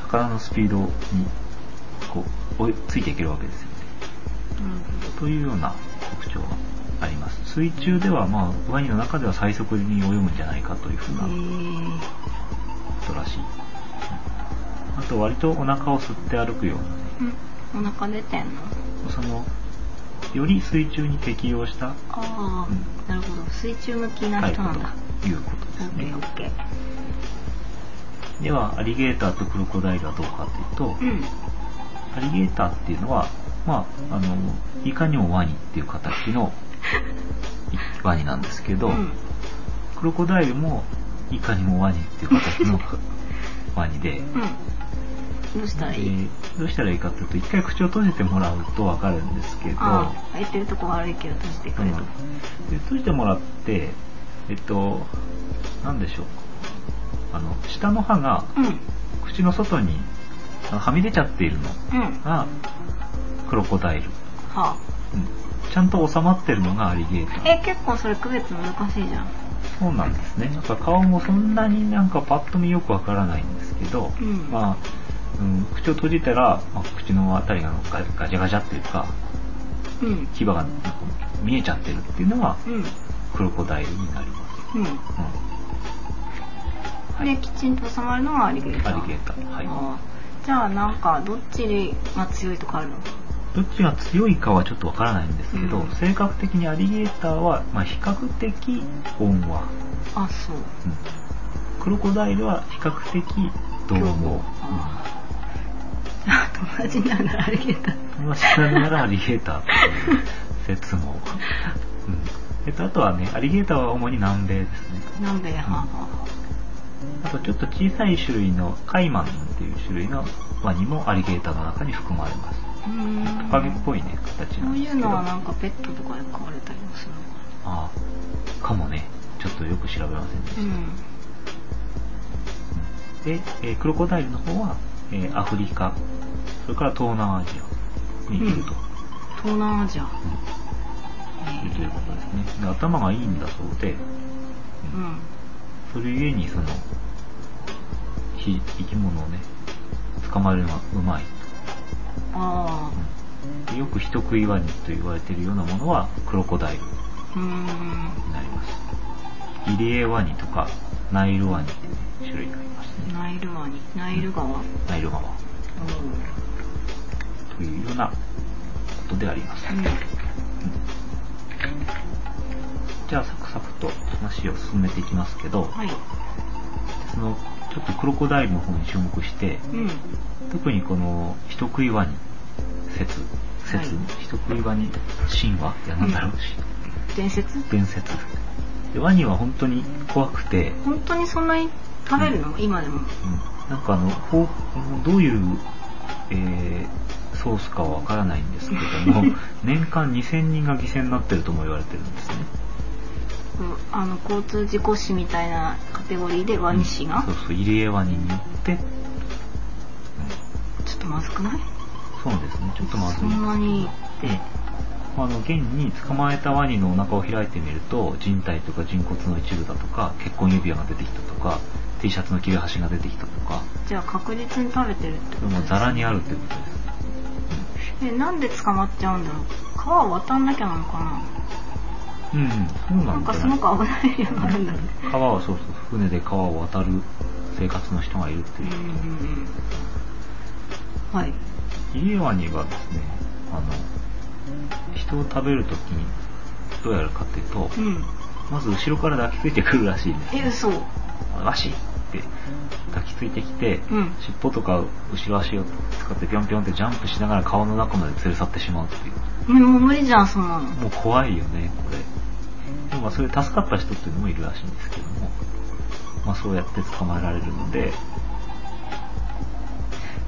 S1: 魚のスピードに、こう、追いついていけるわけですよね。
S2: なるほど
S1: というような特徴があります。水中では、まあ、ワニの中では最速に泳ぐんじゃないかというふうな
S2: えー、
S1: ことらしい。うんあと、割とお腹を吸って歩くような
S2: うんお腹出てんの
S1: その、より水中に適応した
S2: ああ、
S1: うん
S2: なるほど水中向きな
S1: タイ
S2: 人
S1: プ
S2: なんだ
S1: ということ
S2: オ
S1: です
S2: ッケ
S1: ね
S2: ーオ。ッケー
S1: では、アリゲーターとクロコダイルはどうかというと、
S2: うん
S1: アリゲーターっていうのは、まあ、あの、いかにもワニっていう形のいワニなんですけど、
S2: うん
S1: クロコダイルもいかにもワニっていう形のパーにで、
S2: うん。どうしたらいい、
S1: でどうしたらいいかっていうと、一回口を閉じてもらうとわかるんですけど、
S2: ああ、言ってるとこ悪いけど閉じてくれと。
S1: うんで閉じてもらって、えっと、なんでしょう。あの、下の歯が
S2: うん。
S1: 口の外にあのはみ出ちゃっているの
S2: うん。
S1: が
S2: は
S1: クロコダイル。
S2: あ。
S1: うんちゃんと収まってるのがアリゲーター。
S2: え、結構それ区別難しいじゃん。
S1: そうなんですね。なんか顔もそんなになんかパッと見よくわからないんですけど、
S2: うん
S1: まあ、うん、口を閉じたら、まあ口のあたりがガガチャガチャっていうか、
S2: うん。
S1: 牙がなんか見えちゃってるっていうのが
S2: うん。
S1: クロコダイルになります。
S2: う
S1: うん。は
S2: ん。で、
S1: い。
S2: きちんと収まるのがアリゲータ
S1: ア
S2: ー。
S1: リゲーター。はい。
S2: ああじゃあなんか、どっちが強いとかあるの
S1: どっちが強いかはちょっとわからないんですけど、
S2: うん
S1: 性格的にアリゲーターは、まあ、比較的温和、
S2: あ、そう。
S1: うんクロコダイルは比較的獰
S2: 強
S1: 猛
S2: 豪。ああ。じゃあ、友達になるならアリゲーター。
S1: うんまあ、知らながらアリゲーターっていう説
S2: <laughs>
S1: も、うんえっと、あとはねアリゲーターは主に南米ですね
S2: 南米派。はあ
S1: あとちょっと小さい種類のカイマンっていう種類のワニもアリゲーターの中に含まれます
S2: うーん
S1: トカゲっぽいね形
S2: そ
S1: な
S2: うん
S1: で
S2: い
S1: す
S2: う
S1: けど
S2: のはなんかペットとかで飼われたりもするのか
S1: ああかもねちょっとよく調べませんでした、
S2: なうん
S1: で、えークロコダイルの方は、えーアフリカそれから東南アジアにいると、
S2: 東南アジア
S1: うんいるということですねで頭がいいんだそうで
S2: うん
S1: それゆえにそのひ生き物をね捕まえるのがうまい、
S2: あ
S1: うんでよく人食いワニと言われているようなものはクロコダイル
S2: あうーん
S1: になりますイリエワニとかナイルワニって、ね、種類がありますね
S2: ナイルワニナイル川お
S1: ナイル川
S2: ー
S1: というようなことであります
S2: うん
S1: じゃあサクサクと話を進めていきますけど、
S2: はい
S1: そのちょっとクロコダイルの方に注目して
S2: うん
S1: 特にこの人食いワニ説説、
S2: は
S1: 人食いワニ神話いやなんだろう、
S2: うん伝説
S1: 伝説でワニは本当に怖くて、
S2: 本当にそんなに食べるの今でも
S1: うんなんかあのほうどういう、えーソースかはわからないんですけど
S2: <laughs>
S1: も年間2000人が犠牲になってるとも言われてるんですね
S2: うんあの交通事故死みたいなカテゴリーでワニ死
S1: う
S2: が
S1: んそうそう入江ワニによって、うん
S2: ちょっとまずくない
S1: そうですねちょっとまずい
S2: そんなに
S1: であの現に捕まえたワニのお腹を開いてみると人体とか人骨の一部だとか結婚指輪が出てきたとか T シャツの切れ端が出てきたとか
S2: じゃあ確実に食べてるってこと
S1: もう
S2: です
S1: ザラにあるってことです
S2: えなんで捕まっちゃうんだろう川渡んなきゃなのか
S1: うん、うん、そう
S2: な
S1: な
S2: なんん
S1: じゃ
S2: かす
S1: な
S2: ご
S1: い
S2: く危ないようになるんだね
S1: 川はそうそう船で川を渡る生活の人がいるって
S2: う
S1: い
S2: ん
S1: う
S2: うんうんはい
S1: イリエワニがですねあの人を食べるときにどうやるかっていうと
S2: うん
S1: まず後ろから抱きついてくるらしいんです
S2: え嘘
S1: わしって抱きついてきて、
S2: うん
S1: 尻尾とか後ろ足を使ってぴょんぴょんってジャンプしながら顔の中まで連れ去ってしまうっていう
S2: もう無理じゃんそんなの
S1: もう怖いよねこれでもまあそれ助かった人っていうのもいるらしいんですけども、まあ、そうやって捕まえられるので、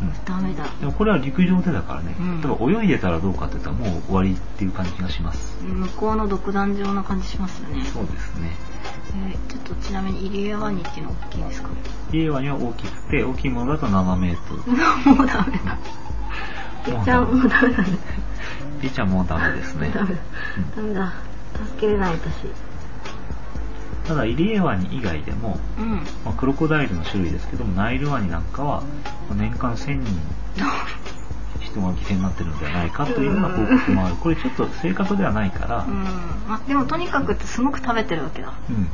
S1: うん、
S2: ダメだ
S1: でもこれは陸上でだからね、
S2: うん
S1: 例えば泳いでたらどうかって言ったらもう終わりっていう感じがします
S2: 向こうの独壇場な感じしますよね
S1: そうですね
S2: えーちょっとちなみに入江ワニっていうのは大きいんですか
S1: A ワニは大きくて大きいものだと7メートル
S2: もうダメだ
S1: もうダメ
S2: えじゃあもうダメだね
S1: ピーちゃんもうダメですね
S2: <laughs> ダメだダメだ助けれない私
S1: ただイリエワニ以外でも、
S2: うん
S1: まあ、クロコダイルの種類ですけどもナイルワニなんかはまあ年間1000人人が犠牲になってるんじゃないかというような報告もあるこれちょっと正確ではないから
S2: うん、までもとにかくすごく食べてるわけだ
S1: うん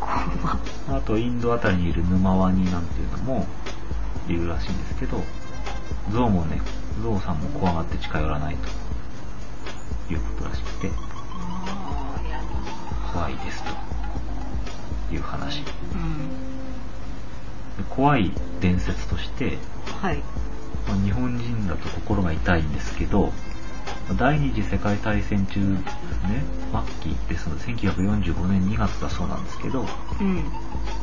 S2: こうは
S1: あとインドあたりにいる沼ワニなんていうのもいるらしいんですけどゾウもねゾウさんも怖がって近寄らないということらしくて
S2: あーやだ
S1: 怖いですという話で
S2: うん
S1: 怖い伝説として
S2: はい
S1: まあ日本人だと心が痛いんですけど、まあ第二次世界大戦中ですね、末期ですので、1945年2月だそうなんですけど、
S2: うん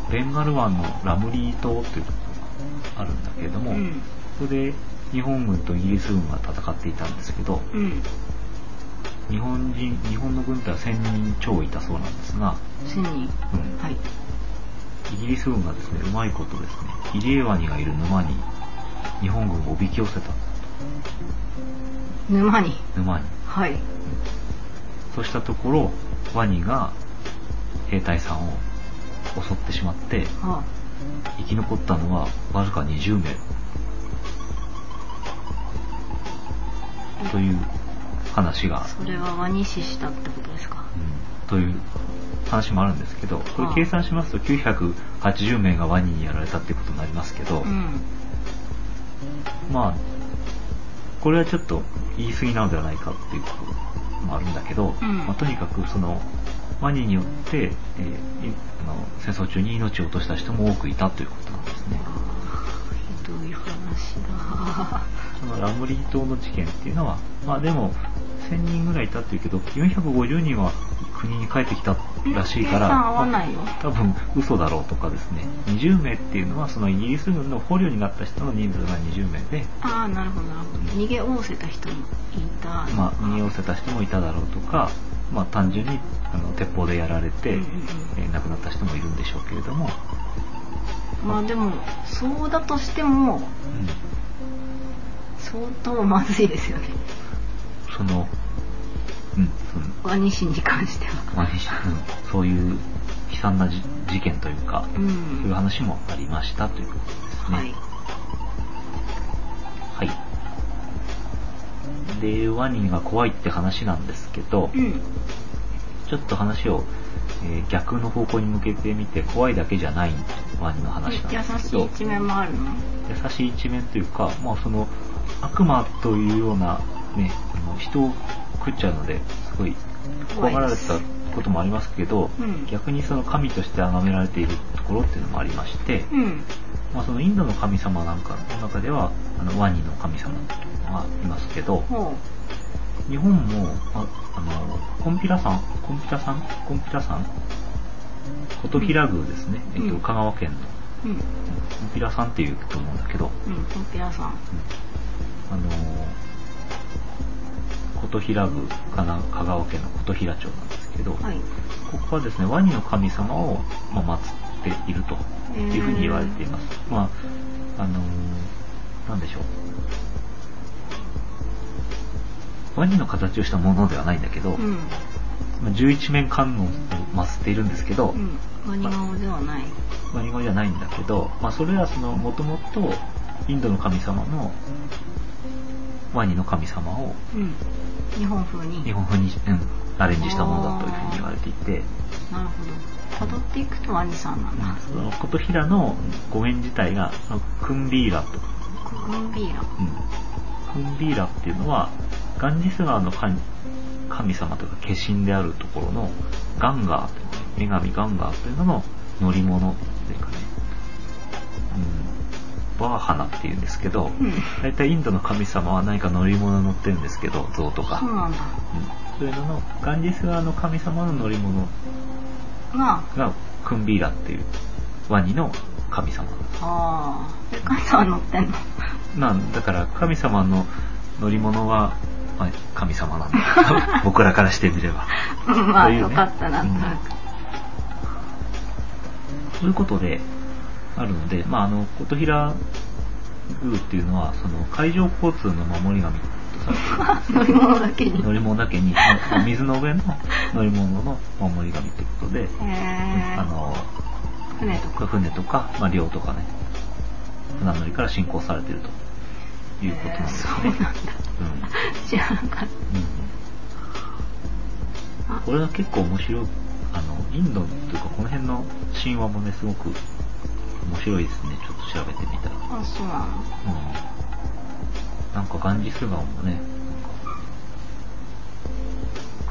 S1: ベンガル湾のラムリー島というとこあるんだけれども、
S2: うん
S1: そこで日本軍とイギリス軍が戦っていたんですけど、
S2: うん
S1: 日本人日本の軍隊は1000人超いたそうなんですが、
S2: 千人
S1: うん
S2: はい
S1: イギリス軍がですね、うまいことですね、イリエワニがいる沼に日本軍をおびき寄せた。
S2: 沼に
S1: 沼に。
S2: はい
S1: そうしたところ、ワニが兵隊さんを襲ってしまって、
S2: は
S1: 生き残ったのはわずか20名。という話が
S2: あ、それはワニ死したってことですか
S1: うん、という話もあるんですけど、こ
S2: は
S1: れ
S2: あ
S1: 計算しますと980名がワニにやられたってことになりますけど、
S2: うん
S1: まあ、これはちょっと言い過ぎなのではないかっていうこともあるんだけど、
S2: うん
S1: まあとにかくその、ワニによって、えーいあの戦争中に命を落とした人も多くいたということなんですね。
S2: あーひどい話だ
S1: そのラムリー島の事件っていうのは、まあでも、1000人ぐらいいたっていうけど、450人は国に帰ってきたらしいから、
S2: 計算合わないよ
S1: まあ多分嘘だろうとかですね、20名っていうのは、そのイギリス軍の捕虜になった人の人数が20名で、
S2: ああなるほどなるほど逃げおおせた人もいた
S1: まあ、身を寄せた人もいただろうとか、まあ単純にあの鉄砲でやられて、
S2: うんうんうん
S1: えー亡くなった人もいるんでしょうけれども、
S2: まあでもそうだとしても
S1: うん
S2: 相当まずいですよね
S1: その、うん、その、
S2: ワニ死に関しては
S1: まあ、 <laughs> うんそういう悲惨なじ事件というか、
S2: う
S1: そういう
S2: んは
S1: 話もありましたということですね。
S2: い
S1: はい。で、ワニが怖いって話なんですけど、
S2: うん
S1: ちょっと話を、えー逆の方向に向けてみて、怖いだけじゃないワニの話なんで
S2: 優
S1: すけ
S2: しい
S1: ど、
S2: 一面もあるの
S1: 優しい一面というか、まあその、悪魔というような、ね、あの人を食っちゃうので、すごい怖がられたこともありますけど、
S2: うん
S1: 逆にその神として崇められているところっていうのもありまして、
S2: うん
S1: まあ、そのインドの神様なんかの中ではあのワニの神様っていうのがいますけど
S2: ほ
S1: 日本もああのコンピラさんコンピラさんコンピラさん琴平宮ですね、
S2: うん
S1: えっと、香川県の
S2: ううん
S1: コンピラさんっていうと思うんだけど、
S2: うんコンピラさん
S1: あの琴平宮かな香川県の琴平町なんですけど、
S2: はい
S1: ここはですねワニの神様を、まあ、祀っているというふうに言われています。まあ、あのーなんでしょう。ワニの形をしたものではないんだけど、
S2: うん
S1: まあ11面観音を祀っているんですけど、
S2: うんワニ顔ではない
S1: ワニ語じゃないんだけど、まあ、それはその、もともとインドの神様のワニの神様を
S2: うん日本風に
S1: 日本風に、うん、アレンジしたものだというふうに言われていて、
S2: なるほど。辿っていくとワニさんなんだ。
S1: その琴平の語源自体が、そのクンビーラと
S2: クグンビーラ。
S1: うん、クンビーラっていうのはガンジス川の神神様というか化身であるところのガンガーという女神ガンガーというのの乗り物というかね、うん、バーハナっていうんですけど、
S2: うん。
S1: 大体インドの神様は何か乗り物に乗ってるんですけど象とか、
S2: そうなん
S1: うん、
S2: だ。
S1: そういうののガンジス川の神様の乗り物
S2: が、
S1: がクンビーラっていうワニの神様
S2: ああ。で、カンさんは乗
S1: <laughs>
S2: ってんの。
S1: なんだから神様の乗り物は、まあ、神様なんだ <laughs> 僕らからしてみれば。
S2: うんまあ、
S1: というね
S2: よかった <laughs> な、なんとなく。
S1: ということであるので、まあ、あの琴平宮っていうのはその海上交通の守り神とされている
S2: 乗り物だけ <laughs> に。へ
S1: 乗り物だけに、まあ水の上の乗り物の守り神ということで、
S2: え
S1: あ。の
S2: 船とか。
S1: 船とか、まあ、漁とかね船乗りから信仰されているということなんです
S2: へ
S1: ね
S2: ーそう。なんだ。
S1: うん
S2: 知らなかっ
S1: うん
S2: あ
S1: これは結構面白いあのインドというかこの辺の神話もねすごく面白いですねちょっと調べてみたら、うん、
S2: た。あ、そうなの。
S1: なんかガンジス川もねなんか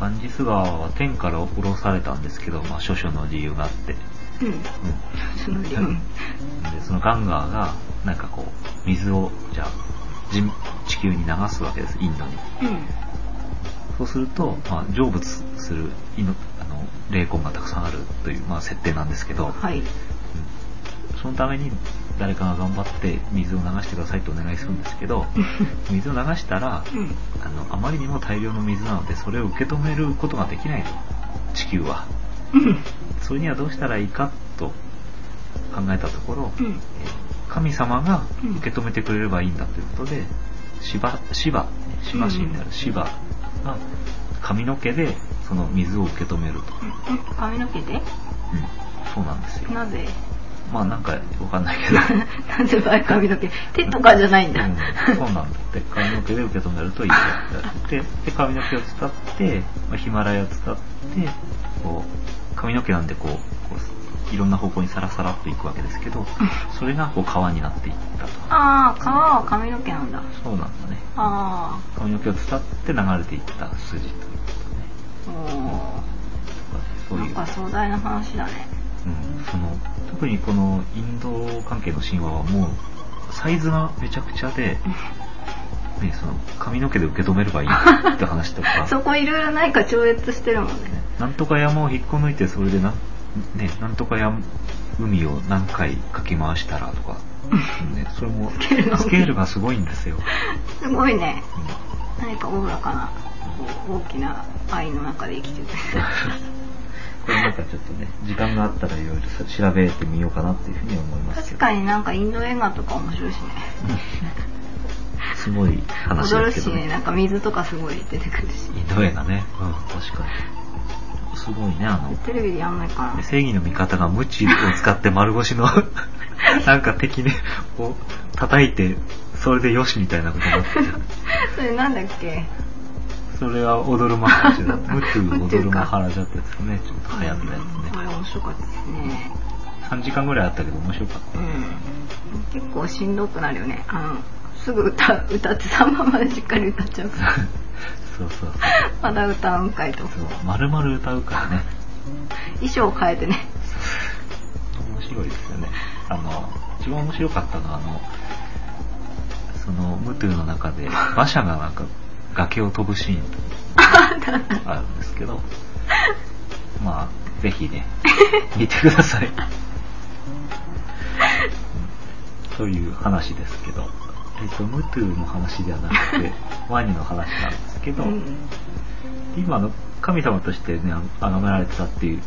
S1: ガンジス川は天から降ろされたんですけど、まあ、諸々の理由があって、
S2: うん。
S1: うん、
S2: その理論。
S1: でそのガンガーがなんかこう水をじゃあ人地球に流すわけですインドに
S2: うん。
S1: そうすると、まあ、成仏するいのあの霊魂がたくさんあるという、まあ、設定なんですけど、
S2: はい。
S1: うんそのために誰かが頑張って水を流してくださいってお願いするんですけど水を流したら
S2: うん
S1: あのあまりにも大量の水なのでそれを受け止めることができないと地球は
S2: うん
S1: それにはどうしたらいいかと考えたところ、
S2: う
S1: え
S2: ん
S1: ー神様が受け止めてくれればいいんだということでシバシバシバ神であるシバが髪の毛でその水を受け止めると、
S2: うん髪の毛で
S1: うん、そうなんですよ <laughs>
S2: なぜ
S1: まあなんかわかんないけど
S2: なぜ前髪の毛手とかじゃないんだ、
S1: うんそうなんだって髪の毛で受け止めるといいよってやってで髪の毛を伝って、まあ、ヒマラヤを伝ってこう髪の毛なんでこうこういろんな方向にサラサラっといくわけですけどそれがこう川になっていったと
S2: ああ皮は髪の毛なんだ
S1: そうなんだね
S2: あ
S1: 髪の毛を伝って流れていった筋という
S2: あお
S1: かねそ
S2: お
S1: う
S2: ないん
S1: う
S2: か壮大な話だね
S1: うん、その特にこのインド関係の神話はもうサイズがめちゃくちゃで、ね、その髪の毛で受け止めればいい
S2: <laughs>
S1: って話とか
S2: そこいろいろ何か超越してるもんね
S1: なんとか山を引っこ抜いてそれでな,、ね、なんとか山海を何回かき回したらとか、ね、それもス
S2: ケールが大きい
S1: ケールがすごいんです
S2: <laughs>
S1: よ、
S2: すごいね
S1: うん
S2: 何かおおらかなこう大きな愛の中で
S1: <laughs>
S2: 生きてる
S1: これなんかちょっとね時間があったらいろいろ調べてみようかなっていうふうに思いますけ
S2: 確
S1: ど
S2: かになんかインド映画とか面白いしね
S1: すごい話
S2: 驚
S1: で
S2: る
S1: す
S2: し
S1: けど
S2: ねなんか水とかすごい出てくる
S1: <laughs>
S2: し
S1: インド映画ね。うん、確かに。すごいね、あの、
S2: テレビでやんないかな
S1: 正義の味方が無知を使って丸腰の、 <laughs> なんか敵ね、こう、叩いて、それでよしみたいなことになってる。
S2: それなんだっけ
S1: それは踊るマハラジ
S2: <laughs>
S1: ャ。ムトゥ踊るマハラジャってやつだね。ちょっと流行ったや
S2: うん
S1: つね。
S2: あれ面白かったですね
S1: 3時間ぐらいあったけど面白かった。
S2: うん結構しんどくなるよねあのすぐ歌歌って3番までしっかり歌っ
S1: <laughs>
S2: ちゃうから
S1: そうそうそう。
S2: まだ歌うんかいと
S1: そう、丸々歌うからね。
S2: 衣装を変えてね
S1: 面白いですよね。あの、一番面白かったのは、あの、その、ムトゥの中
S2: <laughs>
S1: で、馬車がなんか、崖を飛ぶシーン
S2: <laughs>
S1: があるんですけど、まあ、ぜひ
S2: <laughs>
S1: ね、見てください。うんという話ですけど、えっと、ムトゥの話ではなく
S2: <laughs>
S1: て、ワニの話なんですけど、
S2: うん
S1: 今あの神様としてね、あ崇められてたっていう、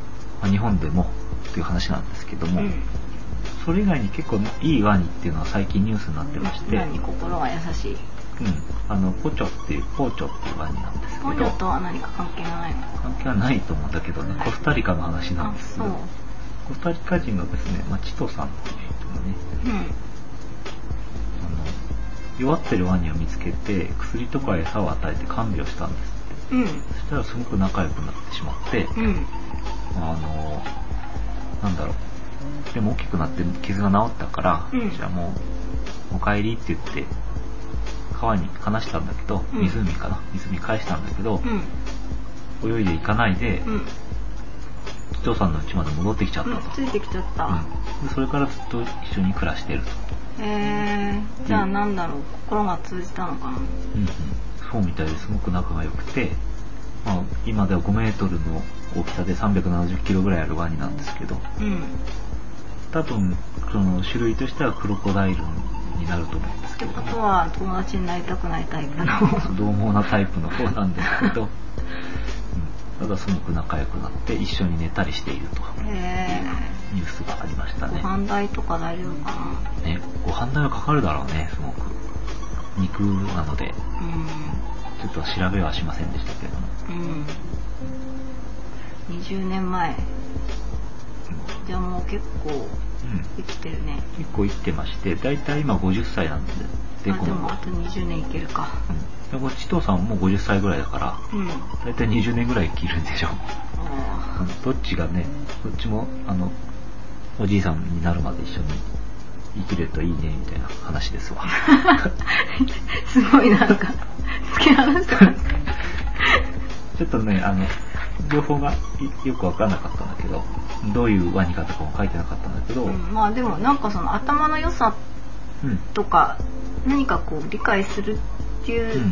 S1: まあ日本でもっていう話なんですけども、
S2: うん
S1: それ以外に結構いいワニっていうのは最近ニュースになってまして、
S2: 何心が優しい
S1: うん、あのポチョっていうポーチョっていうワニなんですけ
S2: ポニ
S1: ど
S2: ョとは何か関係がないの
S1: 関係はないと思うんだけどねコスタリカの話なん
S2: あ
S1: です
S2: そ
S1: け
S2: う
S1: どコスタリカ人がですね、まあ、チトさんっていう人がね
S2: うん
S1: あの弱ってるワニを見つけて薬とか餌を与えて看病したんですって
S2: うん
S1: そしたらすごく仲良くなってしまって
S2: うん
S1: あのなんだろうでも大きくなって傷が治ったから、
S2: うん
S1: じゃあもう「お帰り」って言って川に放したんだけど
S2: うん
S1: 湖かな、湖に返したんだけど、
S2: うん
S1: 泳いで行かないで
S2: うん
S1: 紀藤、さんの家まで戻ってきちゃった
S2: うん
S1: と、
S2: ついてきちゃった、
S1: うんでそれからずっと一緒に暮らしてると、
S2: えー、じゃあなんだろう心が通じたの
S1: う
S2: かな
S1: んうん、そうみたいですごく仲が良くて、まあ、今では5メートルの大きさで370キロぐらいあるワニなんですけど
S2: うん
S1: 多分その種類としてはクロコダイルになると思うんです
S2: っ
S1: け
S2: て
S1: れ
S2: こ
S1: ど
S2: と
S1: も
S2: は友達になりたくないタイプ
S1: <laughs>
S2: の
S1: 獰猛なタイプの方なんですけ <laughs> ど、うん、ただすごく仲良くなって一緒に寝たりしていると
S2: え
S1: ニュースがありました
S2: ー、ご
S1: ね
S2: 飯代とか大丈夫かな
S1: ねご飯代はかかるだろうねすごく肉なので
S2: う
S1: ちょっと調べはしませんでしたけれども
S2: んうん20年前じゃあもう結構
S1: うん
S2: 生きてるね
S1: 結構生きてまして大体今50歳なんで
S2: あ
S1: で
S2: で
S1: この
S2: も
S1: 子
S2: あと20年いけるか
S1: うんでもチトさんも50歳ぐらいだから
S2: うんあ
S1: 大体20年ぐらい生きるんでしょ
S2: あ
S1: うんどっちがね、どっちも、あの、おじいさんになるまで一緒に生きれるといいね、みたいな話ですわ。
S2: すごいなんか突き放した感じ
S1: ちょっとね、あの、情報がいよくわからなかったんだけど、どういうワニかとかも書いてなかったんだけど、う。、
S2: うんんまあでもなんかその頭の良さとか何かこう理解するっていううん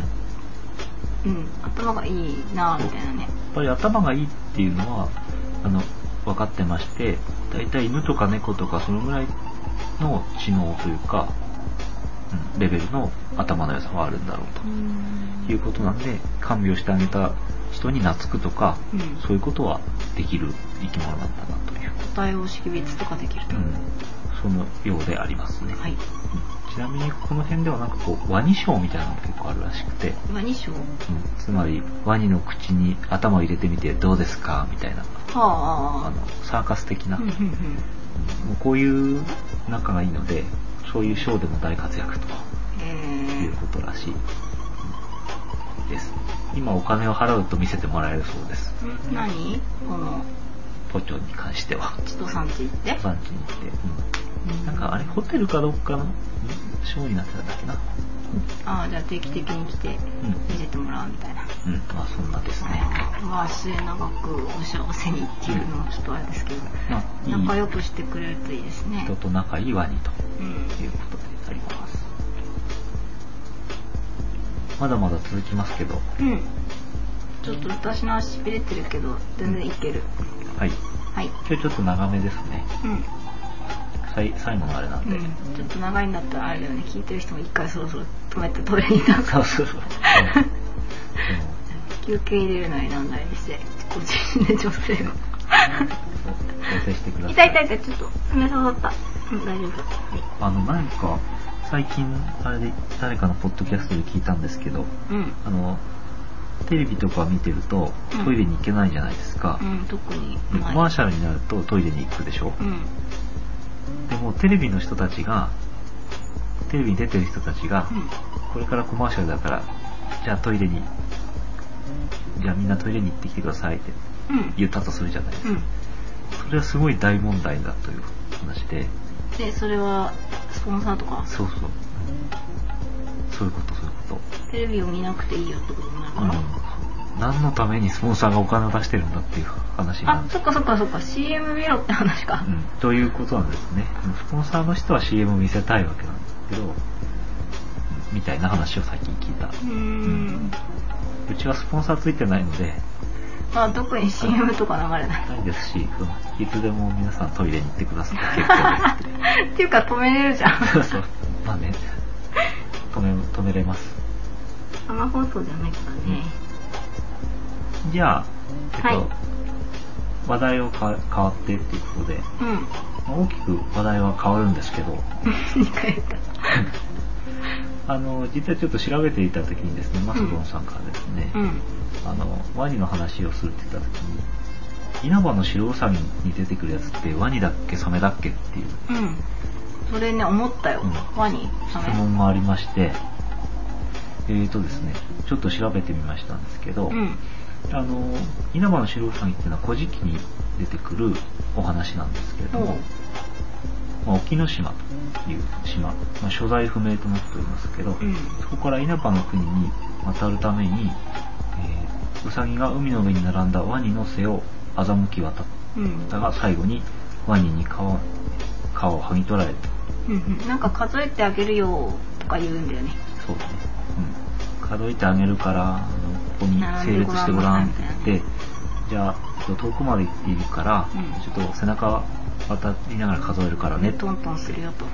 S1: やっ、
S2: うん、頭がいいなみたいなね
S1: ぱり頭がいいっていうのは、あの、分かってまして、だいたい犬とか猫とかそのぐらいの知能というか、うん、レベルの頭の良さはあるんだろうと。いうことなんで、看病してあげた人に懐くとか、
S2: うん
S1: そういうことはできる生き物なんだなという、
S2: 個体を識別とかできると、
S1: うん、そのようでありますね。
S2: はい
S1: うんちなみにこの辺ではなんかこう、ワニ賞みたいなのが結構あるらしくて、
S2: 今2章
S1: うんつまりワニの口に頭を入れてみてどうですかみたいな、あ
S2: は
S1: の、サーカス的な、
S2: あうんうんうん
S1: もうこういう仲がいいので、そういうショーでも大活躍とい
S2: え
S1: うことらしいです。今お金を払うと見せてもらえるそうです。
S2: ー、ん何この
S1: ポチョに関しては。
S2: 千とさんち行って
S1: 産地に行って、うんなんかあれホテルかどっかのショーになってたんだっけな。
S2: ああじゃあ定期的に来て見せてもらうみたいな
S1: うん、うん、まあそんなですね。
S2: まあ末永くお幸せにっていうのもちょっとあれですけど、
S1: まあい
S2: 仲良
S1: い
S2: くしてくれるといいですね
S1: 人と仲いいワニと
S2: うん
S1: いうことであります。まだまだ続きますけど、
S2: うんちょっと私の足しびれてるけど全然いける、
S1: はい。
S2: はい
S1: 今日ちょっと長めですね。
S2: うん
S1: 最最後のあれなん
S2: う
S1: で。
S2: ん、ちょっと長いんだったらあれだよね聞いてる人も一回そろそろ止めてトイレに出す
S1: そうそうそう。うんでも
S2: <laughs> 休憩入れるなりなんなりしてご自身で女性が
S1: そう調整してください。
S2: 痛い痛い痛いちょっと爪刺さった、うん、大丈夫
S1: あの、なんか、最近、あれで、誰かのポッドキャストで聞いたんですけど、
S2: うん
S1: あの、テレビとか見てると
S2: うん、
S1: トイレに行けないじゃないですか。
S2: うん特に
S1: で
S2: ない
S1: マーシャルになるとトイレに行くでしょ
S2: う。ん
S1: でも、テレビの人たちが、テレビに出てる人たちが、これからコマーシャルだから、じゃあトイレに、じゃあみんなトイレに行ってきてくださいって
S2: うんうん
S1: 言ったとするじゃないです
S2: う
S1: か。
S2: ん
S1: それはすごい大問題だという話で、
S2: でそれはスポンサーとか
S1: そうそう。そういうこと、そういうこと。
S2: テレビを見なくていいよってことになるか
S1: あ
S2: ら、
S1: の何のためにスポンサーがお金を出してるんだっていう話にな
S2: あ
S1: る、
S2: そっかそっかそっか CM 見ろって話か
S1: う、ん、ということなんですねスポンサーの人は CM を見せたいわけなんですけどみたいな話を最近聞いた
S2: うーん
S1: うちはスポンサーついてないので
S2: まあ特に CM とか流れない
S1: <laughs> ないですしうんいつでも皆さんトイレに行ってくださって結構で
S2: っていうか止めれるじゃん
S1: すそうそう
S2: <laughs>
S1: まあね止め止めれます
S2: 生放送じゃないからね
S1: じゃあ、えっと
S2: はい
S1: 話題をか変わってっていうことで
S2: うん、
S1: まあ大きく話題は変わるんですけど
S2: 2回言った
S1: あの、実はちょっと調べていた時にですね、マスボンさんからですね、
S2: うん
S1: あの、ワニの話をするって言った時に、稲葉の白ウサギに出てくるやつってワニだっけサメだっけっていう
S2: うんそれね思ったよ、
S1: うん
S2: ワニサメ
S1: 質問がありまして、えーとですね、ちょっと調べてみましたんですけど、
S2: うん
S1: あの、稲葉の白ウサギっていうのは古事記に出てくるお話なんですけれど
S2: お
S1: も、まあ、沖ノ島という島、まあ、所在不明となっておりますけど、
S2: うん
S1: そこから稲葉の国に渡るために、えーウサギが海の上に並んだワニの背を欺き渡っ
S2: うん
S1: たが最後にワニに皮を皮を剥ぎ取られた
S2: うんうんなんか数えてあげるよとか言うんだよね
S1: そうですね、うん、数えてあげるからあのここに整列してごらんって言ってじゃあえっと遠くまで行っているから、
S2: うん
S1: ちょっと背中渡りながら数えるからね
S2: トントンするよと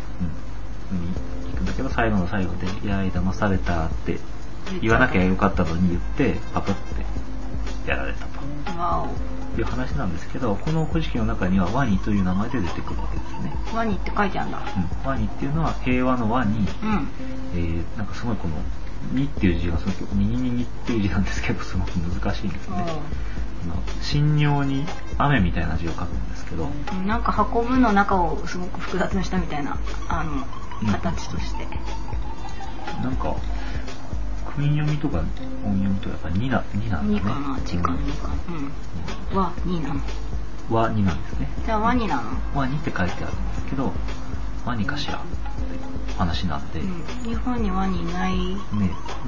S1: うん、に行くんだけど最後の最後で「いやー騙された」って言わなきゃよかったのに言ってパクってやられたと
S2: わ
S1: いう話なんですけどこの古事記の中にはワニという名前で出てくるわけですね、
S2: おワニって書いてあるんだ
S1: うん、ワニっていうのは平和の和に、
S2: うん
S1: えー、なんかすごいこの「に」っていう字がすごく「にぎにぎ」っていう字なんですけどすごく難しいんですねあの神尿に雨みたいな字を書くんですけど
S2: うんなんか運ぶの中をすごく複雑にしたみたいなあ
S1: うん
S2: の形として、
S1: なんか訓読みとか音読みとかやっぱ2な2なんだね
S2: 二かな時間2かなうんは2なの
S1: うんは2なんですね
S2: じゃあワニなの、
S1: ワニって書いてあるんですけど、ワニかしらって話なんで、ね、
S2: うん、日本にワニいない
S1: 日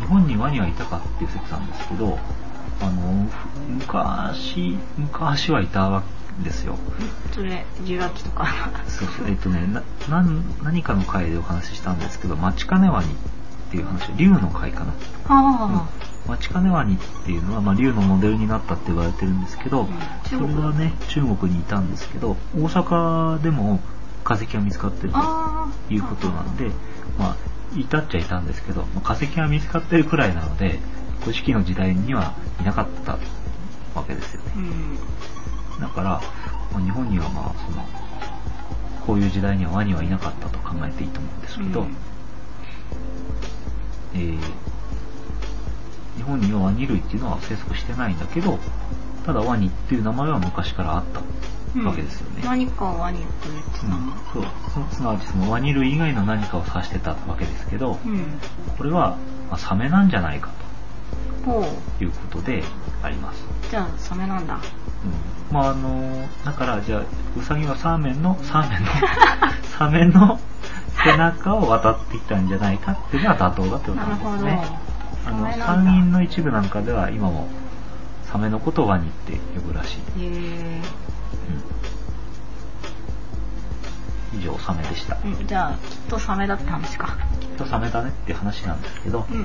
S1: 本にワニはいたかっていう説なんですけど、あの、ふ昔、昔はいたわけですよ。
S2: それジュラ紀とか
S1: そうそう、えっとね、な、なん何かの回でお話ししたんですけど、マチカネワニっていう話、竜の回かな。
S2: あ
S1: マチカネワニっていうのは、まあ、竜のモデルになったって言われてるんですけど、
S2: うん
S1: そ
S2: 中国
S1: れはね、中国にいたんですけど、大阪でも化石が見つかってる
S2: ああ
S1: ということなんで、まあ、至っちゃいたんですけど、まあ化石が見つかってるくらいなので、古式の時代にはいなかったわけですよね。
S2: うん
S1: だから、まあ日本にはまあ、その、こういう時代にはワニはいなかったと考えていいと思うんですけど、
S2: うん
S1: えー日本にはワニ類っていうのは生息してないんだけど、ただワニっていう名前は昔からあったわけですよね。
S2: 何かワニと言ってたの
S1: そうすすなわちそのワニ類以外の何かを指してたわけですけど、
S2: うん
S1: これは、まあサメなんじゃないか
S2: ほう
S1: ということであります。
S2: じゃあサメなんだ
S1: うん、まああのだからじゃあウサギはサーメンのサーメ
S2: <laughs>
S1: ンのサメの背中を渡ってきたんじゃないかっていうのは妥当だってこと
S2: なる
S1: な
S2: ほ
S1: ん
S2: ど
S1: ですね。あ
S2: サ
S1: の
S2: メなん
S1: 山
S2: だ
S1: 陰の一部なんかでは今もサメのことをワニって呼ぶらしい。
S2: へえ
S1: うん以上サメでした。
S2: うんじゃあきっとサメだって話か
S1: きっとサメだねって話なんですけど、
S2: うん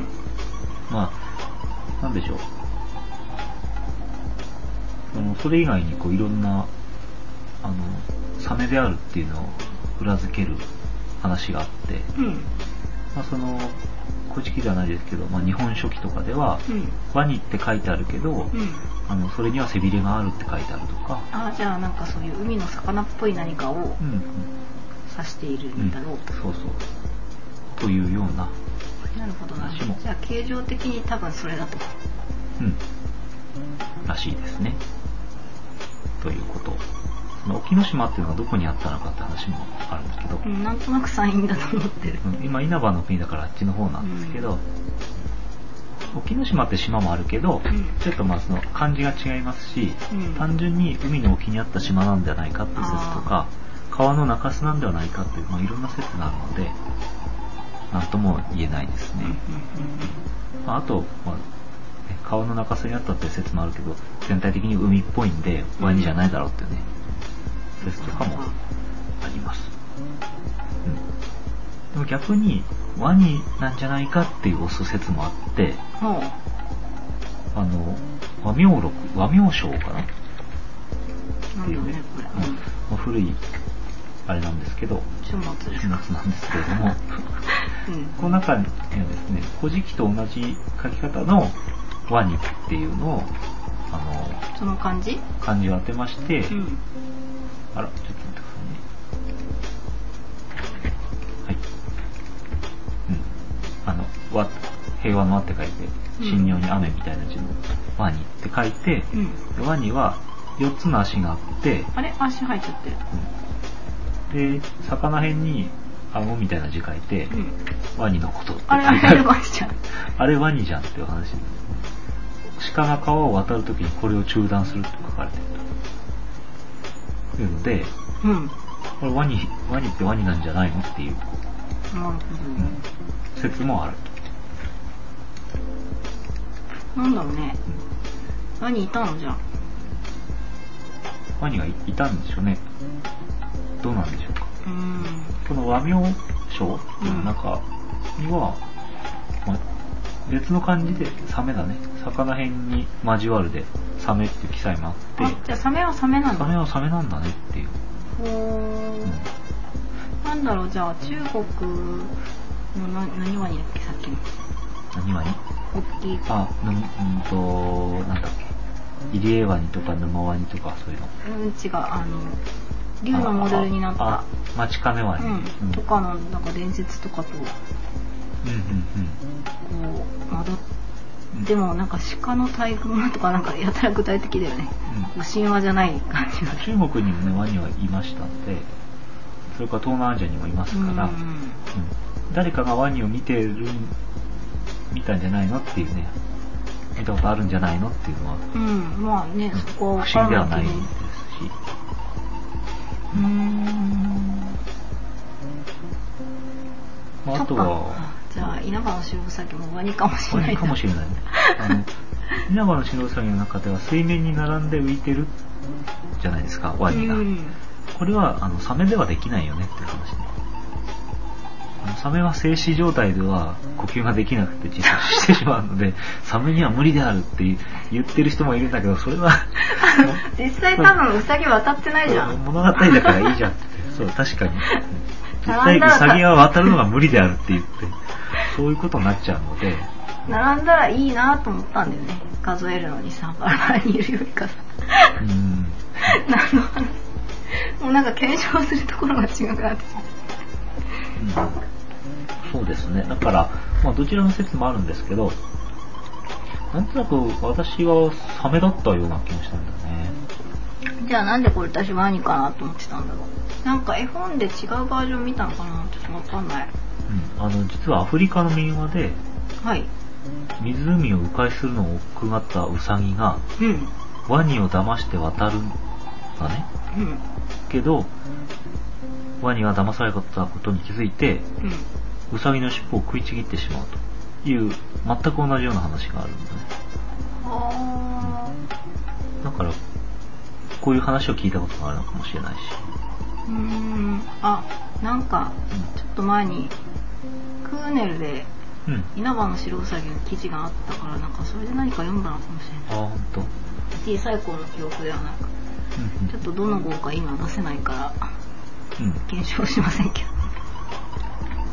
S1: まあ、なんでしょう。あのそれ以外にこういろんな、あの、サメであるっていうのを裏付ける話があって、
S2: うん
S1: まあその、古事記ではないですけど、まあ日本書紀とかでは、
S2: うん
S1: ワニって書いてあるけど、
S2: うん
S1: あの、それには背びれがあるって書いてあるとか、
S2: あじゃあなんかそういう海の魚っぽい何かを
S1: うん、うん、
S2: 指している
S1: うんん
S2: だろうと、
S1: そうそう。というような、
S2: なるほどな
S1: 私も
S2: じゃあ形状的に多分それだと
S1: うん、らしいですね。ということ。その沖ノ島っていうのがどこにあったのかって話もあるんですけど、
S2: うんなんとなく山陰だと思ってる
S1: うん今稲葉の国だからあっちの方なんですけど、沖ノ島って島もあるけど、
S2: うん
S1: ちょっとまあその漢字が違いますし、
S2: うん
S1: 単純に海の沖にあった島なんじゃないかっていう説とか、川の中州なんではないかっていう、まあ、いろんな説があるので、なんとも言えないですね。まあ、あと、まあね、顔の中州にあったっていう説もあるけど、全体的に海っぽいんで、ワニじゃないだろうっていうね、説とかもあります。うん。でも逆に、ワニなんじゃないかっていう推す説もあって、
S2: もう
S1: あの、和名録、和名章かな
S2: なんだろうねこ
S1: う
S2: れ、
S1: ん
S2: うん、
S1: まあ古い、あれなんですけど、 <laughs>
S2: 書物です
S1: 夏
S2: か
S1: なんですけれども、
S2: うん
S1: この中にはですね、古事記と同じ書き方のワニっていうのを、あの、
S2: その感じ
S1: 漢字を当てまして、
S2: うん
S1: あら、ちょっと待ってくださいね。はい。うん。あの、和、平和の和って書いて、神妙に雨みたいな字の和にって書いて、
S2: うん
S1: で和には4つの足があって、
S2: あれ足入っちゃってる
S1: で、魚辺に顎みたいな字書いて、
S2: うん
S1: ワニのことって書
S2: あ
S1: い
S2: れ
S1: てある。
S2: あれマジじゃん
S1: あれワニじゃんっていう話なんですね。鹿が川を渡るときにこれを中断するって書かれてると。いうので、
S2: うん
S1: これワニ、ワニってワニなんじゃないのっていう
S2: なるほどね
S1: 説もある
S2: なんだろうね
S1: と。うん
S2: 何いたのじゃあ
S1: ワニがいいたんでしょうね。どうなんでしょうか。
S2: うん
S1: この和名章っていうの中には、まあ別の漢字でサメだね。魚辺に交わるでサメっていう記載もあって、
S2: あじゃあサメはサメなん
S1: サ
S2: だ
S1: メはサメなんだねっていう。
S2: ほ
S1: う
S2: ー
S1: ん
S2: なんだろうじゃあ中国のな何ワニだっけさっきの
S1: 何ワニ
S2: 大きい
S1: あ、ぬうんと、なんだっけ。イリエワニとか沼ワニとかそういうの。
S2: うん違うあの竜のモデルになっ
S1: あ
S2: た、
S1: マチカネワニ。
S2: う
S1: うん
S2: ん、とかのなんか伝説とかとこ
S1: うんうん
S2: う混ざっ
S1: うん。
S2: てもなんか鹿の大群とかなんかやたら具体的だよね
S1: うん
S2: こう神話じゃない感じがする
S1: 中国にもねワニはいましたんでそれから東南アジアにもいますから、
S2: う
S1: うん
S2: ん
S1: 誰かがワニを見てる見たんじゃないのっていうね見たことあるんじゃないのっていうのは
S2: うん、まあね、そこは
S1: 不思議ではない
S2: け
S1: で
S2: ど
S1: すし
S2: うーん。
S1: まああと
S2: そっか
S1: は
S2: じゃあ、稲葉の修復先もワニかもしれ
S1: ワ
S2: ない
S1: ニ
S2: な。
S1: かもしれないねあの稲葉の白ウサギの中では水面に並んで浮いてるじゃないですかワニが、
S2: うん。
S1: これはあのサメではできないよねっていう話ねあのサメは静止状態では呼吸ができなくて窒息してしまうので <laughs> サメには無理であるって言ってる人もいるんだ
S2: <laughs>
S1: けどそれは
S2: 実際多分ウサギ渡ってないじゃん。
S1: 物語だからいいじゃんってそう、確かに。実際、
S2: <laughs> 並んだら
S1: ウサギは渡るのが無理であるって言って、そういうことになっちゃうので、
S2: 並んだらいいなと思ったんだよね数えるのにさバラバラにいるより <laughs> かさ
S1: うん。
S2: 何の話もうなんか検証するところが違くなってきた
S1: うんそうですね。だから、まあ、どちらの説もあるんですけど、なんとなく私はサメだったような気もしたんだね。
S2: じゃあなんでこれ私ワニかなと思ってたんだろうなんか絵本で違うバージョン見たのかなちょっとわかんない
S1: うん。あの、実はアフリカの民話で、
S2: はい
S1: 湖を迂回するのを億劫がったウサギが、
S2: うん
S1: ワニを騙して渡るんだね。
S2: うん
S1: けど、ワニは騙されたことに気づいて、
S2: うん
S1: ウサギの尻尾を食いちぎってしまうという、全く同じような話があるんだね。
S2: あ
S1: だから、こういう話を聞いたことがあるのかもしれないし。
S2: ーうーんあなんかちょっと前にクーネルで
S1: うん。うん。
S2: 稲葉の白うさぎの記事があったからなんかそれで何か読んだのかもしれ
S1: あ
S2: ない
S1: あ、ほんと。
S2: 小さい頃の記憶ではなく
S1: うん
S2: ちょっとどの号か今出せないから
S1: うん。うん。
S2: 検証しませんけど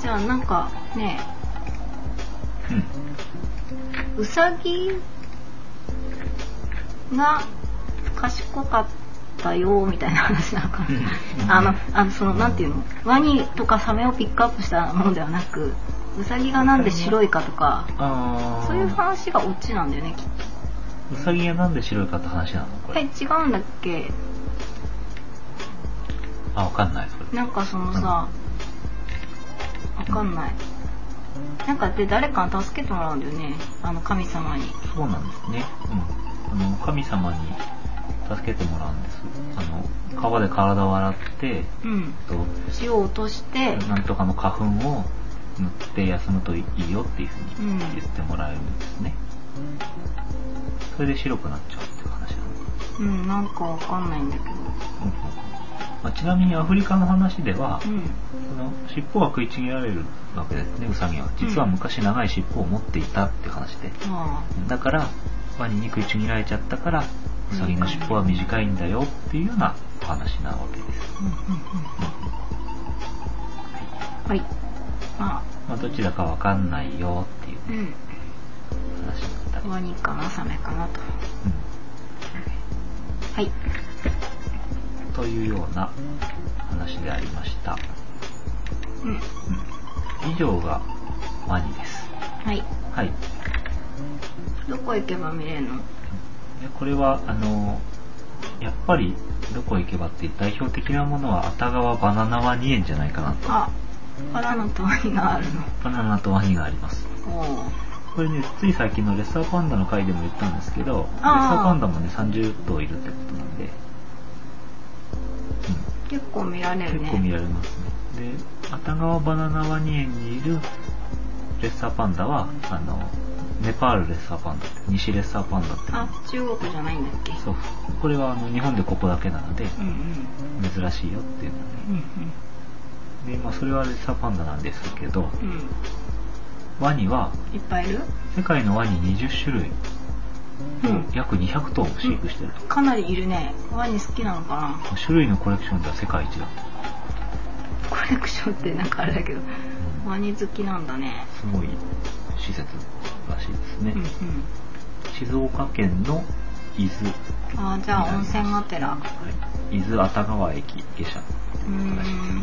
S2: じゃあなんかね
S1: うん。
S2: うさぎが賢かったよみたいな話なのかな
S1: うん
S2: あのあのそのなんていうのワニとかサメをピックアップしたものではなくうさぎがなんで白いかとか
S1: ああ。
S2: そういう話がオチなんだよねきっと
S1: うさぎがなんで白いかって話なのこれ。
S2: え違うんだっけ
S1: あ、わかんない、それ。
S2: なんかそのさわかんないなんかで誰かに助けてもらうんだよねあの神様に
S1: そうなんですね。うん。あの、神様に助けてもらうんです。あの、川で体を洗って、えっ
S2: うん
S1: と、
S2: 血を落として
S1: なんとかの花粉を塗って休むといいよっていうふうに言ってもらえるんですね。それで白くなっちゃうっていう話なの。
S2: うんなんかわかんないんだけど
S1: うんうんまあ、ちなみにアフリカの話では、
S2: うん
S1: その尻尾が食いちぎられるわけですね、ウサギは。実は
S2: うん
S1: 昔長い尻尾を持っていたって話で。
S2: まあ
S1: だから、ワニに食いちぎられちゃったから、ウサギの尻尾は短いんだよっていうようなお話なわけです。
S2: うんうんうんはいまあ
S1: まあ、どちらかわかんないよっていう
S2: うん
S1: 話だったり。
S2: ワニかなサメかなとはい
S1: うんというような話でありました。
S2: うん
S1: うん以上がワニです。
S2: はい
S1: はい。
S2: どこ行けば見れるの
S1: でこれはあのやっぱりどこ行けばって代表的なものは熱川バナナは2円じゃないかなと
S2: あバナナとワニがある
S1: バナナとワニがあります
S2: のおお
S1: これねつい最近のレッサーパンダの回でも言ったんですけどレッサ
S2: あー
S1: ーパンダもね30頭いるってことなんで、
S2: 結構見られ
S1: うん、
S2: るね
S1: 結構見られますねで熱川バナナは2円にいるレッサーパンダはあのネパールレッサーパンダって西レッサーパンダって
S2: あ中国じゃないんだっけ
S1: そうこれはあの日本でここだけなので
S2: うんうん
S1: 珍しいよっていうのはね
S2: うん
S1: で、まあ、それはレッサーパンダなんですけど、
S2: うんうん
S1: ワニはい
S2: っぱいいる
S1: 世界のワニ20種類
S2: う
S1: を
S2: ん
S1: 約200頭も飼育してると。
S2: かなりいるねワニ好きなのか
S1: 種類のコレクションでは世界一だって。
S2: なコレクションってなんかあれだけどワニ好きなんだね
S1: すごい施設らしいです
S2: う
S1: ね
S2: んう。ん
S1: 静岡県の伊豆。
S2: あじゃあ温泉がてら
S1: はい伊豆熱川駅下車
S2: うー
S1: らしいですね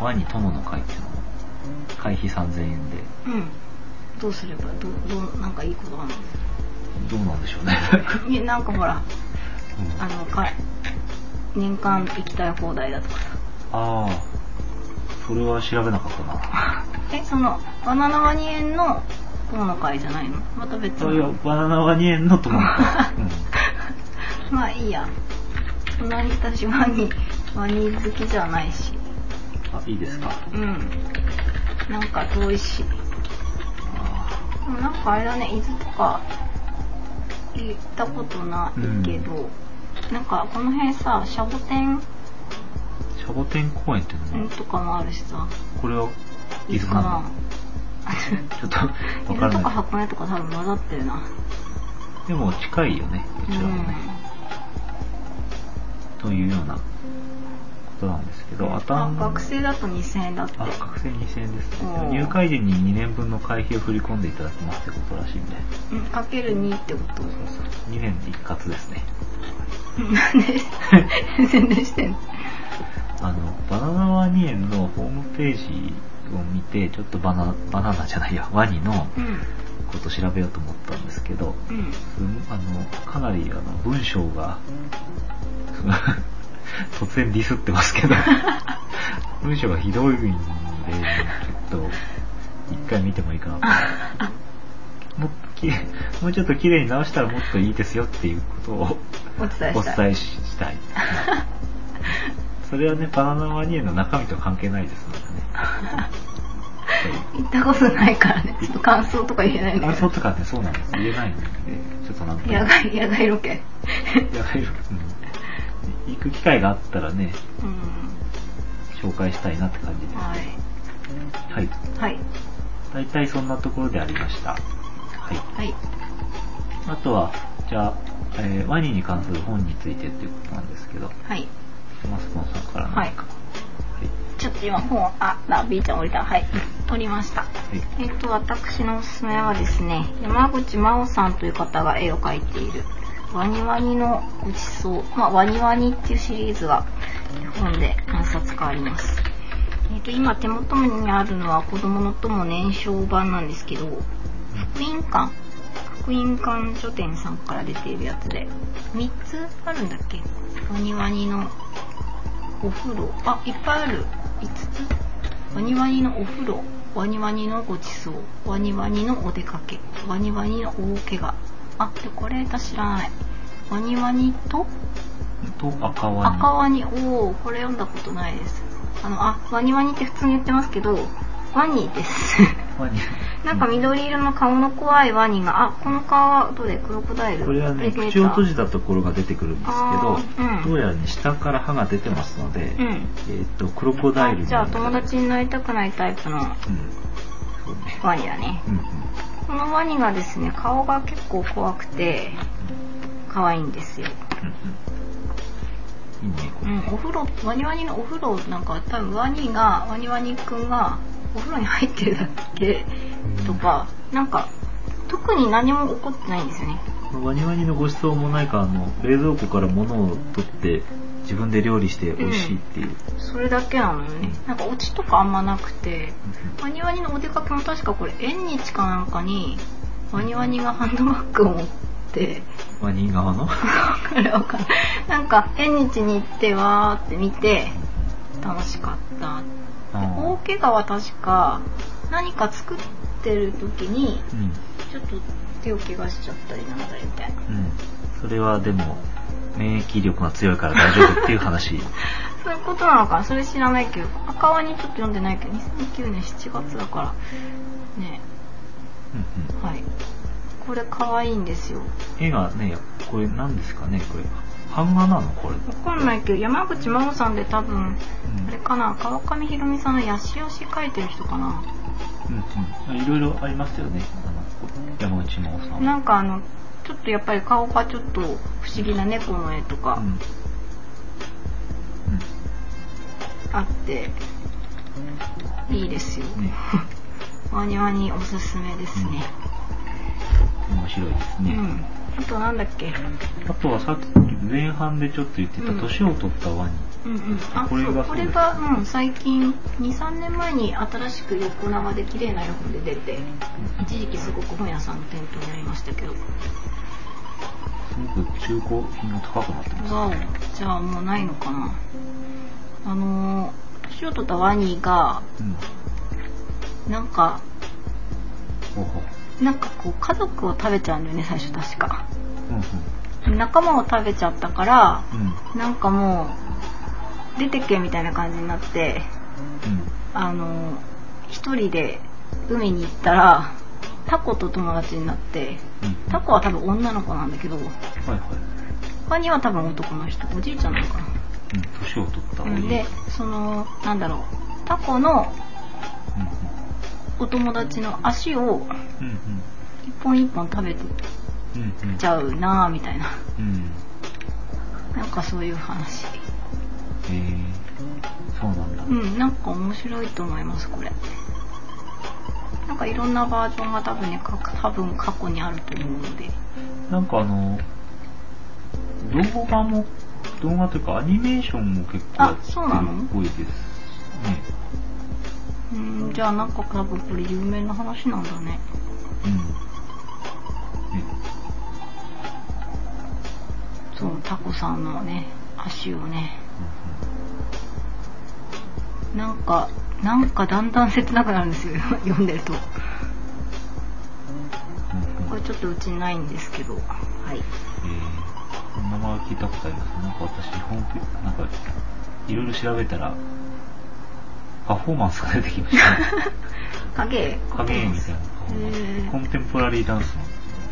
S2: ん。
S1: ワニ友の会っていうのも、会費3000円で、
S2: うんどうすればどどうなんかいいことあるの
S1: どうなんでしょうね。 <laughs>
S2: いやなんかほら
S1: うん
S2: <laughs> あのか年間行きたい放題だとかさ
S1: ああ、それは調べなかったな。
S2: <laughs> えそのバナナワニ園の友の会じゃないのまた別
S1: そうい
S2: の
S1: うバナナワニ園の友の <laughs> 会。うん
S2: <laughs> まあいいやそんなに私ワニワニ好きじゃないし
S1: あ、いいですか。
S2: うんなんか遠いし
S1: あ
S2: でもなんかあれだね伊豆とか行ったことないけど、なんかこの辺さシャボテン
S1: ーシャボテン公園っていうのは、
S2: とかもあるしさ
S1: これは、
S2: 伊豆かな
S1: ちょっと、
S2: <laughs> 伊
S1: わから
S2: 豆とか
S1: ない。
S2: 箱根とか多分混ざってるな
S1: でも、近いよね、どちらもね。
S2: う
S1: というようなことなんですけど、あた
S2: あ
S1: ん、
S2: 学生だと2000円だって
S1: あ、学生2000円です
S2: お
S1: ね。
S2: ー
S1: 入会時に2年分の会費を振り込んでいただきますってことらしいんで、
S2: うんかける2ってこと
S1: 2年で一括ですね。
S2: な
S1: <laughs>
S2: んで宣伝してんの
S1: あの、バナナワニ園のホームページを見て、ちょっとバナ、バナナじゃないや、ワニの
S2: うん
S1: こと調べようと思ったんですけど、
S2: うん
S1: すんあの、かなりあの文章が、 <laughs> 突然ディスってますけど、文章がひどいんで、ちょっと、一回見てもいいかなともっとき <laughs> れいもうちょっと綺麗に直したらもっといいですよっていうことを
S2: お伝え
S1: お
S2: したい
S1: 伝えし
S2: <laughs>
S1: したい。それはね、バナナマニエの中身とは関係ないです
S2: <laughs>
S1: のでね。
S2: 行ったことないからねちょっと感想とか言えないんだ
S1: 感
S2: け
S1: 想
S2: ど
S1: とかね、そうなんです。言えないんで、ちょっとなんと
S2: 野
S1: なく
S2: 外野外ロケ
S1: やれる、うん、行く機会があったらね、
S2: うん
S1: 紹介したいなって感じです。
S2: はい
S1: はい。
S2: はい
S1: 大体そんなところでありました。はい。
S2: はい
S1: あとは、じゃあ、えーワニに関する本についてっていうことなんですけど、
S2: はい
S1: マスコンさんから何か。は
S2: ちょっと今本あラビーちゃん降りたはい取りました
S1: い。はい。
S2: えっと私のおすすめはですね山口真央さんという方が絵を描いている「ワニワニのごちそう」まあ「ワニワニ」っていうシリーズが日本で何冊かありますえっと今手元にあるのは子供の友年少版なんですけど福音館福音館書店さんから出ているやつで3つあるんだっけワニワニのお風呂あいっぱいある5つワニワニのお風呂ワニワニのごちそうワニワニのお出かけワニワニの大怪我あでこれ私知らないワニワニと
S1: と、赤ワニ。
S2: 赤ワニおおこれ読んだことないですあのあワニワニって普通に言ってますけどワニです
S1: <laughs> ワニ。
S2: なんか緑色の顔の怖いワニがあこの顔はどれクロコダイル
S1: これはね、
S2: エレベーター
S1: 口を閉じたところが出てくるんですけど
S2: あ、ーうん
S1: どうやらね、下から歯が出てますので、
S2: う
S1: えっ、
S2: ん
S1: と、クロコダイル
S2: あ
S1: に
S2: じゃあ友達になりたくないタイプの
S1: うん。そうね。
S2: ワニだね
S1: うんうん。
S2: このワニがですね顔が結構怖くて可愛いんですよ、
S1: うんうん。いいね、こ
S2: う
S1: れ。
S2: ん、お風呂ワニワニのお風呂なんか多分ワニがワニワニくんがお風呂に入ってるだけとか、なんか特に何も起こってないんですよね
S1: ワニワニのごちそうもないか、あの、冷蔵庫から物を取って、自分で料理して美味しいっていう。
S2: それだけなのよねなんかオチとかあんまなくて
S1: う
S2: ワニワニのお出かけも確かこれ縁日かなんかにワニワニがハンドバッグを持って
S1: んワニ側の
S2: これわかんないなんか縁日に行ってわーって見て楽しかった
S1: あー
S2: 大怪我は確か何か作ってる時に
S1: うん。
S2: ちょっと手を怪我しちゃったりなんだりみたい
S1: う
S2: な
S1: ん。それはでも、免疫力が強いから大丈夫っていう話。
S2: そういうことなのかなそれ知らないけど赤ワニちょっと読んでないけど2009年7月だからね
S1: うんうん。
S2: はいこれ可愛いんですよ
S1: 絵がね、これ何ですかね、これ。版画なのこれ。
S2: わかんないけど山口真央さんで多分あれかな川上ひろみさんのヤシオシ書いてる人かな
S1: うんうん。いろいろありますよね。あの、山内真央さん。
S2: なんかあのちょっとやっぱり顔がちょっと不思議な猫の絵とか
S1: うん。
S2: あって、いいですよ、
S1: うん。ね。
S2: <laughs> ワニワニおすすめですね、
S1: 面白いです
S2: うん
S1: ね。
S2: あとなんだっけ
S1: あとはさっき前半でちょっと言ってた
S2: うん
S1: 年を取ったワニ。
S2: うんうんあ
S1: これが
S2: そう
S1: そ
S2: こ
S1: うです
S2: れが、うん、最近23年前に新しく横長で綺麗な横で出て一時期すごく本屋さんの店頭にありましたけど
S1: すごく中古品が高くなってます。
S2: わおじゃあもうないのかなあのー年を取ったワニが
S1: うん。
S2: なんか
S1: ほうほう。
S2: なんかこう家族を食べちゃうんだよね最初確か
S1: うんうん。
S2: 仲間を食べちゃったから
S1: うん。
S2: なんかもう出てけみたいな感じになってあの一人で海に行ったらタコと友達になって
S1: うん。
S2: タコは多分女の子なんだけど
S1: はいはい。
S2: 他には多分男の人おじいちゃんなのか
S1: うん。年を取ったワ
S2: な
S1: ニ。
S2: でそのなんだろうタコのお友達の足を
S1: うんうん。
S2: 一本一本食べてっ
S1: うんうん。うんうん。
S2: ちゃうなぁみたいな
S1: うん。
S2: なんかそういう話。
S1: えー、そうなんだ。
S2: うん、なんか面白いと思います、これ。なんかいろんなバージョンが多分ね、か多分過去にあると思うので。
S1: なんかあの、動画も、動画というかアニメーションも結構やってる
S2: あそうなの
S1: っぽいですね。
S2: うん、じゃあなんか多分これ有名な話なんだね。
S1: うん。ね
S2: そう、タコさんのね、足をね。なんか、なんかだんだん切なくなるんですよ、 <laughs> 読んでると。
S1: うんうんうん
S2: こ
S1: うん
S2: れちょっとうちにないんですけど。はい。
S1: えー、名前は聞いたことあります。なんか私、ホームページ、なんか、いろいろ調べたら、パフォーマンスが出てきま
S2: <laughs>
S1: した、ね。
S2: 影
S1: 影絵みたいなパフォーマンス
S2: へー
S1: コンテンポラリーダンス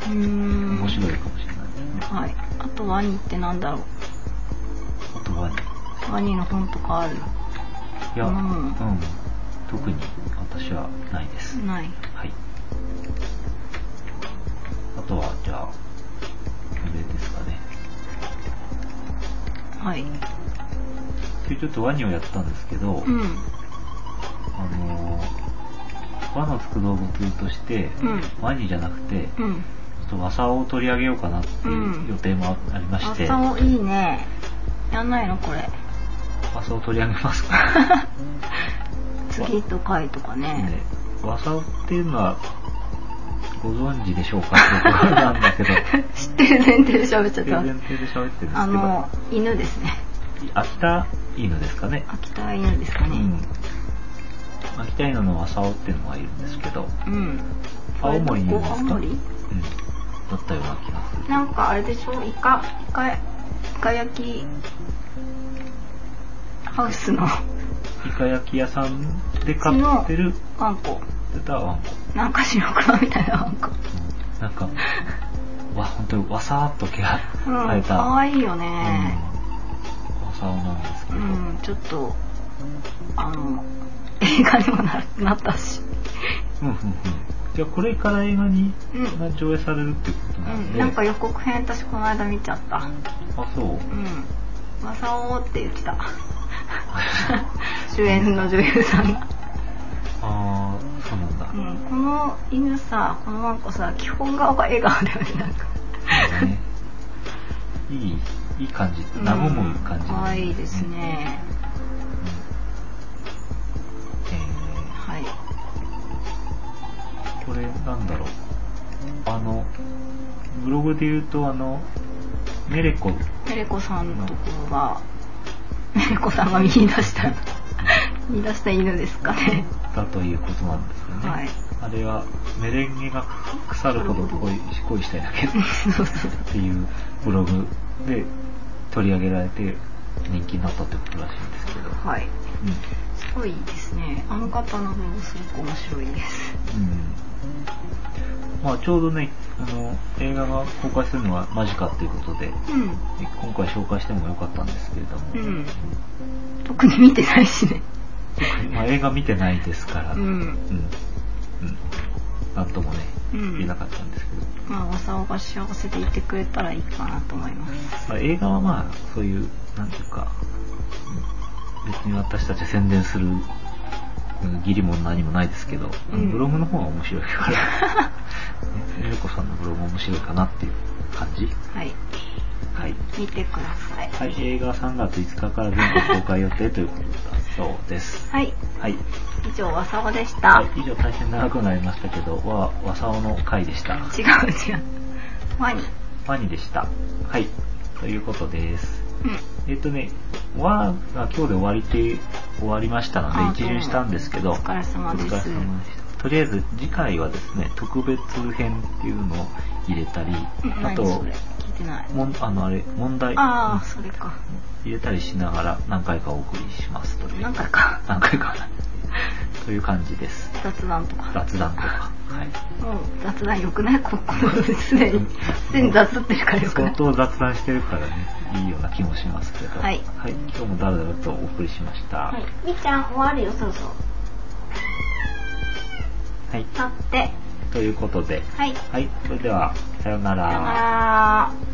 S1: の
S2: うーん。
S1: 面白いかもしれないですね。
S2: はい。あとワニってなんだろ
S1: あとはね、
S2: う。ワニの本とかある
S1: いや、
S2: う
S1: うんん、特に私はないです。
S2: ない。
S1: はい。あとは、じゃあ、これですかね。
S2: はい。
S1: 今日ちょっとワニをやったんですけど、
S2: うん。
S1: あのー、和のつく動物として、
S2: うん。
S1: ワニじゃなくて、ちょ
S2: うん。
S1: っとワサオを取り上げようかなっていう予定もありまして、
S2: 朝をいいね。やんないの
S1: <laughs>
S2: これ。
S1: ワサオ取り上げますか、
S2: 次と回とかね。
S1: ね、 <laughs> ワサオっていうのは、ご存知でしょうかっていうところなんだけ
S2: <laughs>
S1: ど、
S2: 知ってる前提で喋っちゃ
S1: 全
S2: った
S1: 然。前提で喋ってるんですけど、
S2: あの、犬ですね。
S1: 秋田犬ですかね。
S2: 秋田犬ですか
S1: う
S2: ね。
S1: ん。秋田犬の朝尾っていうのがいるんですけど、
S2: うん。
S1: 青森にいるんですか
S2: 青森
S1: うん。だったような気がする。
S2: なんかあれでしょイカ、イカ、イカ焼き、ハウスの <laughs>
S1: イカ焼き屋さんで飼ってる
S2: ワンコ。
S1: 豚はワンコ。
S2: なんか白黒みたいなワンコ。
S1: うんなんか、わ、本当にわさーっと毛が
S2: うん、
S1: 生えた。
S2: かわいいよ
S1: うん
S2: ね。
S1: わさおなんですけ
S2: う
S1: ど。
S2: ん、ちょっと、あの、映画にもななったし。
S1: うんうんうん。じゃあこれから映画に、
S2: うん
S1: が上映されるってことな
S2: うんん、
S1: で。
S2: なんか予告編私この間見ちゃった。
S1: あ、そう。
S2: うん。マサオって言っ
S1: <laughs>
S2: てた。主演の女優さんが。
S1: あー、そうなんだ。
S2: うん、この犬さ、このワンコさ、基本顔が笑顔だよね、なんか。
S1: ね、いい、いい感じ、和む感じ、
S2: かわいいです。ね。
S1: うんえ
S2: はい。
S1: ー、これなんだろう。あの、ブログで言うと、あの、メレコ、
S2: ペレコさんのところ <laughs> が、ペレコさんが見出した、見出した犬ですかね。
S1: だということなんですよね。
S2: はい。
S1: あれは、メレンゲが腐るほど恋恋したいだけっ
S2: そうそう。
S1: ていうブログで取り上げられて人気になったってことらしいんですけど。
S2: は
S1: う
S2: い。
S1: ん
S2: すごいですね。あの方のブログすごく面白いです。
S1: まあ、ちょうどね、あの、映画が公開するのは間近ということで、
S2: うん。
S1: 今回紹介してもよかったんですけれども、
S2: うん特に見てないしね。
S1: まあ、映画見てないですから、
S2: う
S1: うん、
S2: ん。
S1: うんなんともね、
S2: うん
S1: 言えなかったんですけど、
S2: まあ、わさおが幸せでいてくれたらいいかなと思います。
S1: まあ、映画はまあ、そういう、なんていうか、うん別に私たちは宣伝する、うん義理も何もないですけど、
S2: うん
S1: ブログの方が面白い
S2: <laughs>
S1: から、ねゆうこさんのブログ面白いかなっていう感じ。
S2: はい。
S1: はい。
S2: 見てください。
S1: はい、映画は3月5日から全国公開予定ということだそうです。
S2: はい。
S1: はい。
S2: 以上、わさおでした。
S1: はい、以上大変長くなりましたけど、わ、わさおの回でした。
S2: 違う違う。ワニ。
S1: ワニでした。はい。ということです。
S2: うん。
S1: えっとね、わが今日で終わりて、終わりました
S2: あ
S1: ので、一巡したんですけど、
S2: お疲れ様です
S1: お疲れ様でした。とりあえず次回はですね、特別編っていうのを入れたり、
S2: うん
S1: あ
S2: 何
S1: と
S2: それ、聞いてない。
S1: もん、あのあれ、問題
S2: ああ、それか。
S1: 入れたりしながら何回かお送りしますという。
S2: なんかか。
S1: 何回かな。という感じです。
S2: 雑談とか。
S1: 雑談とか。はい。
S2: もう雑談良くないここもすでに。すでに雑ってるから良く
S1: 相
S2: ない。
S1: 当雑談してるからね、いいような気もしますけど。
S2: はい
S1: 今日もだらだらとお送りしました。
S3: は
S1: はいい。。
S3: みーちゃん、終わるよ、そうそう。立って。
S1: ということで、
S3: はい。
S1: はい。それでは、さような
S3: さよなら。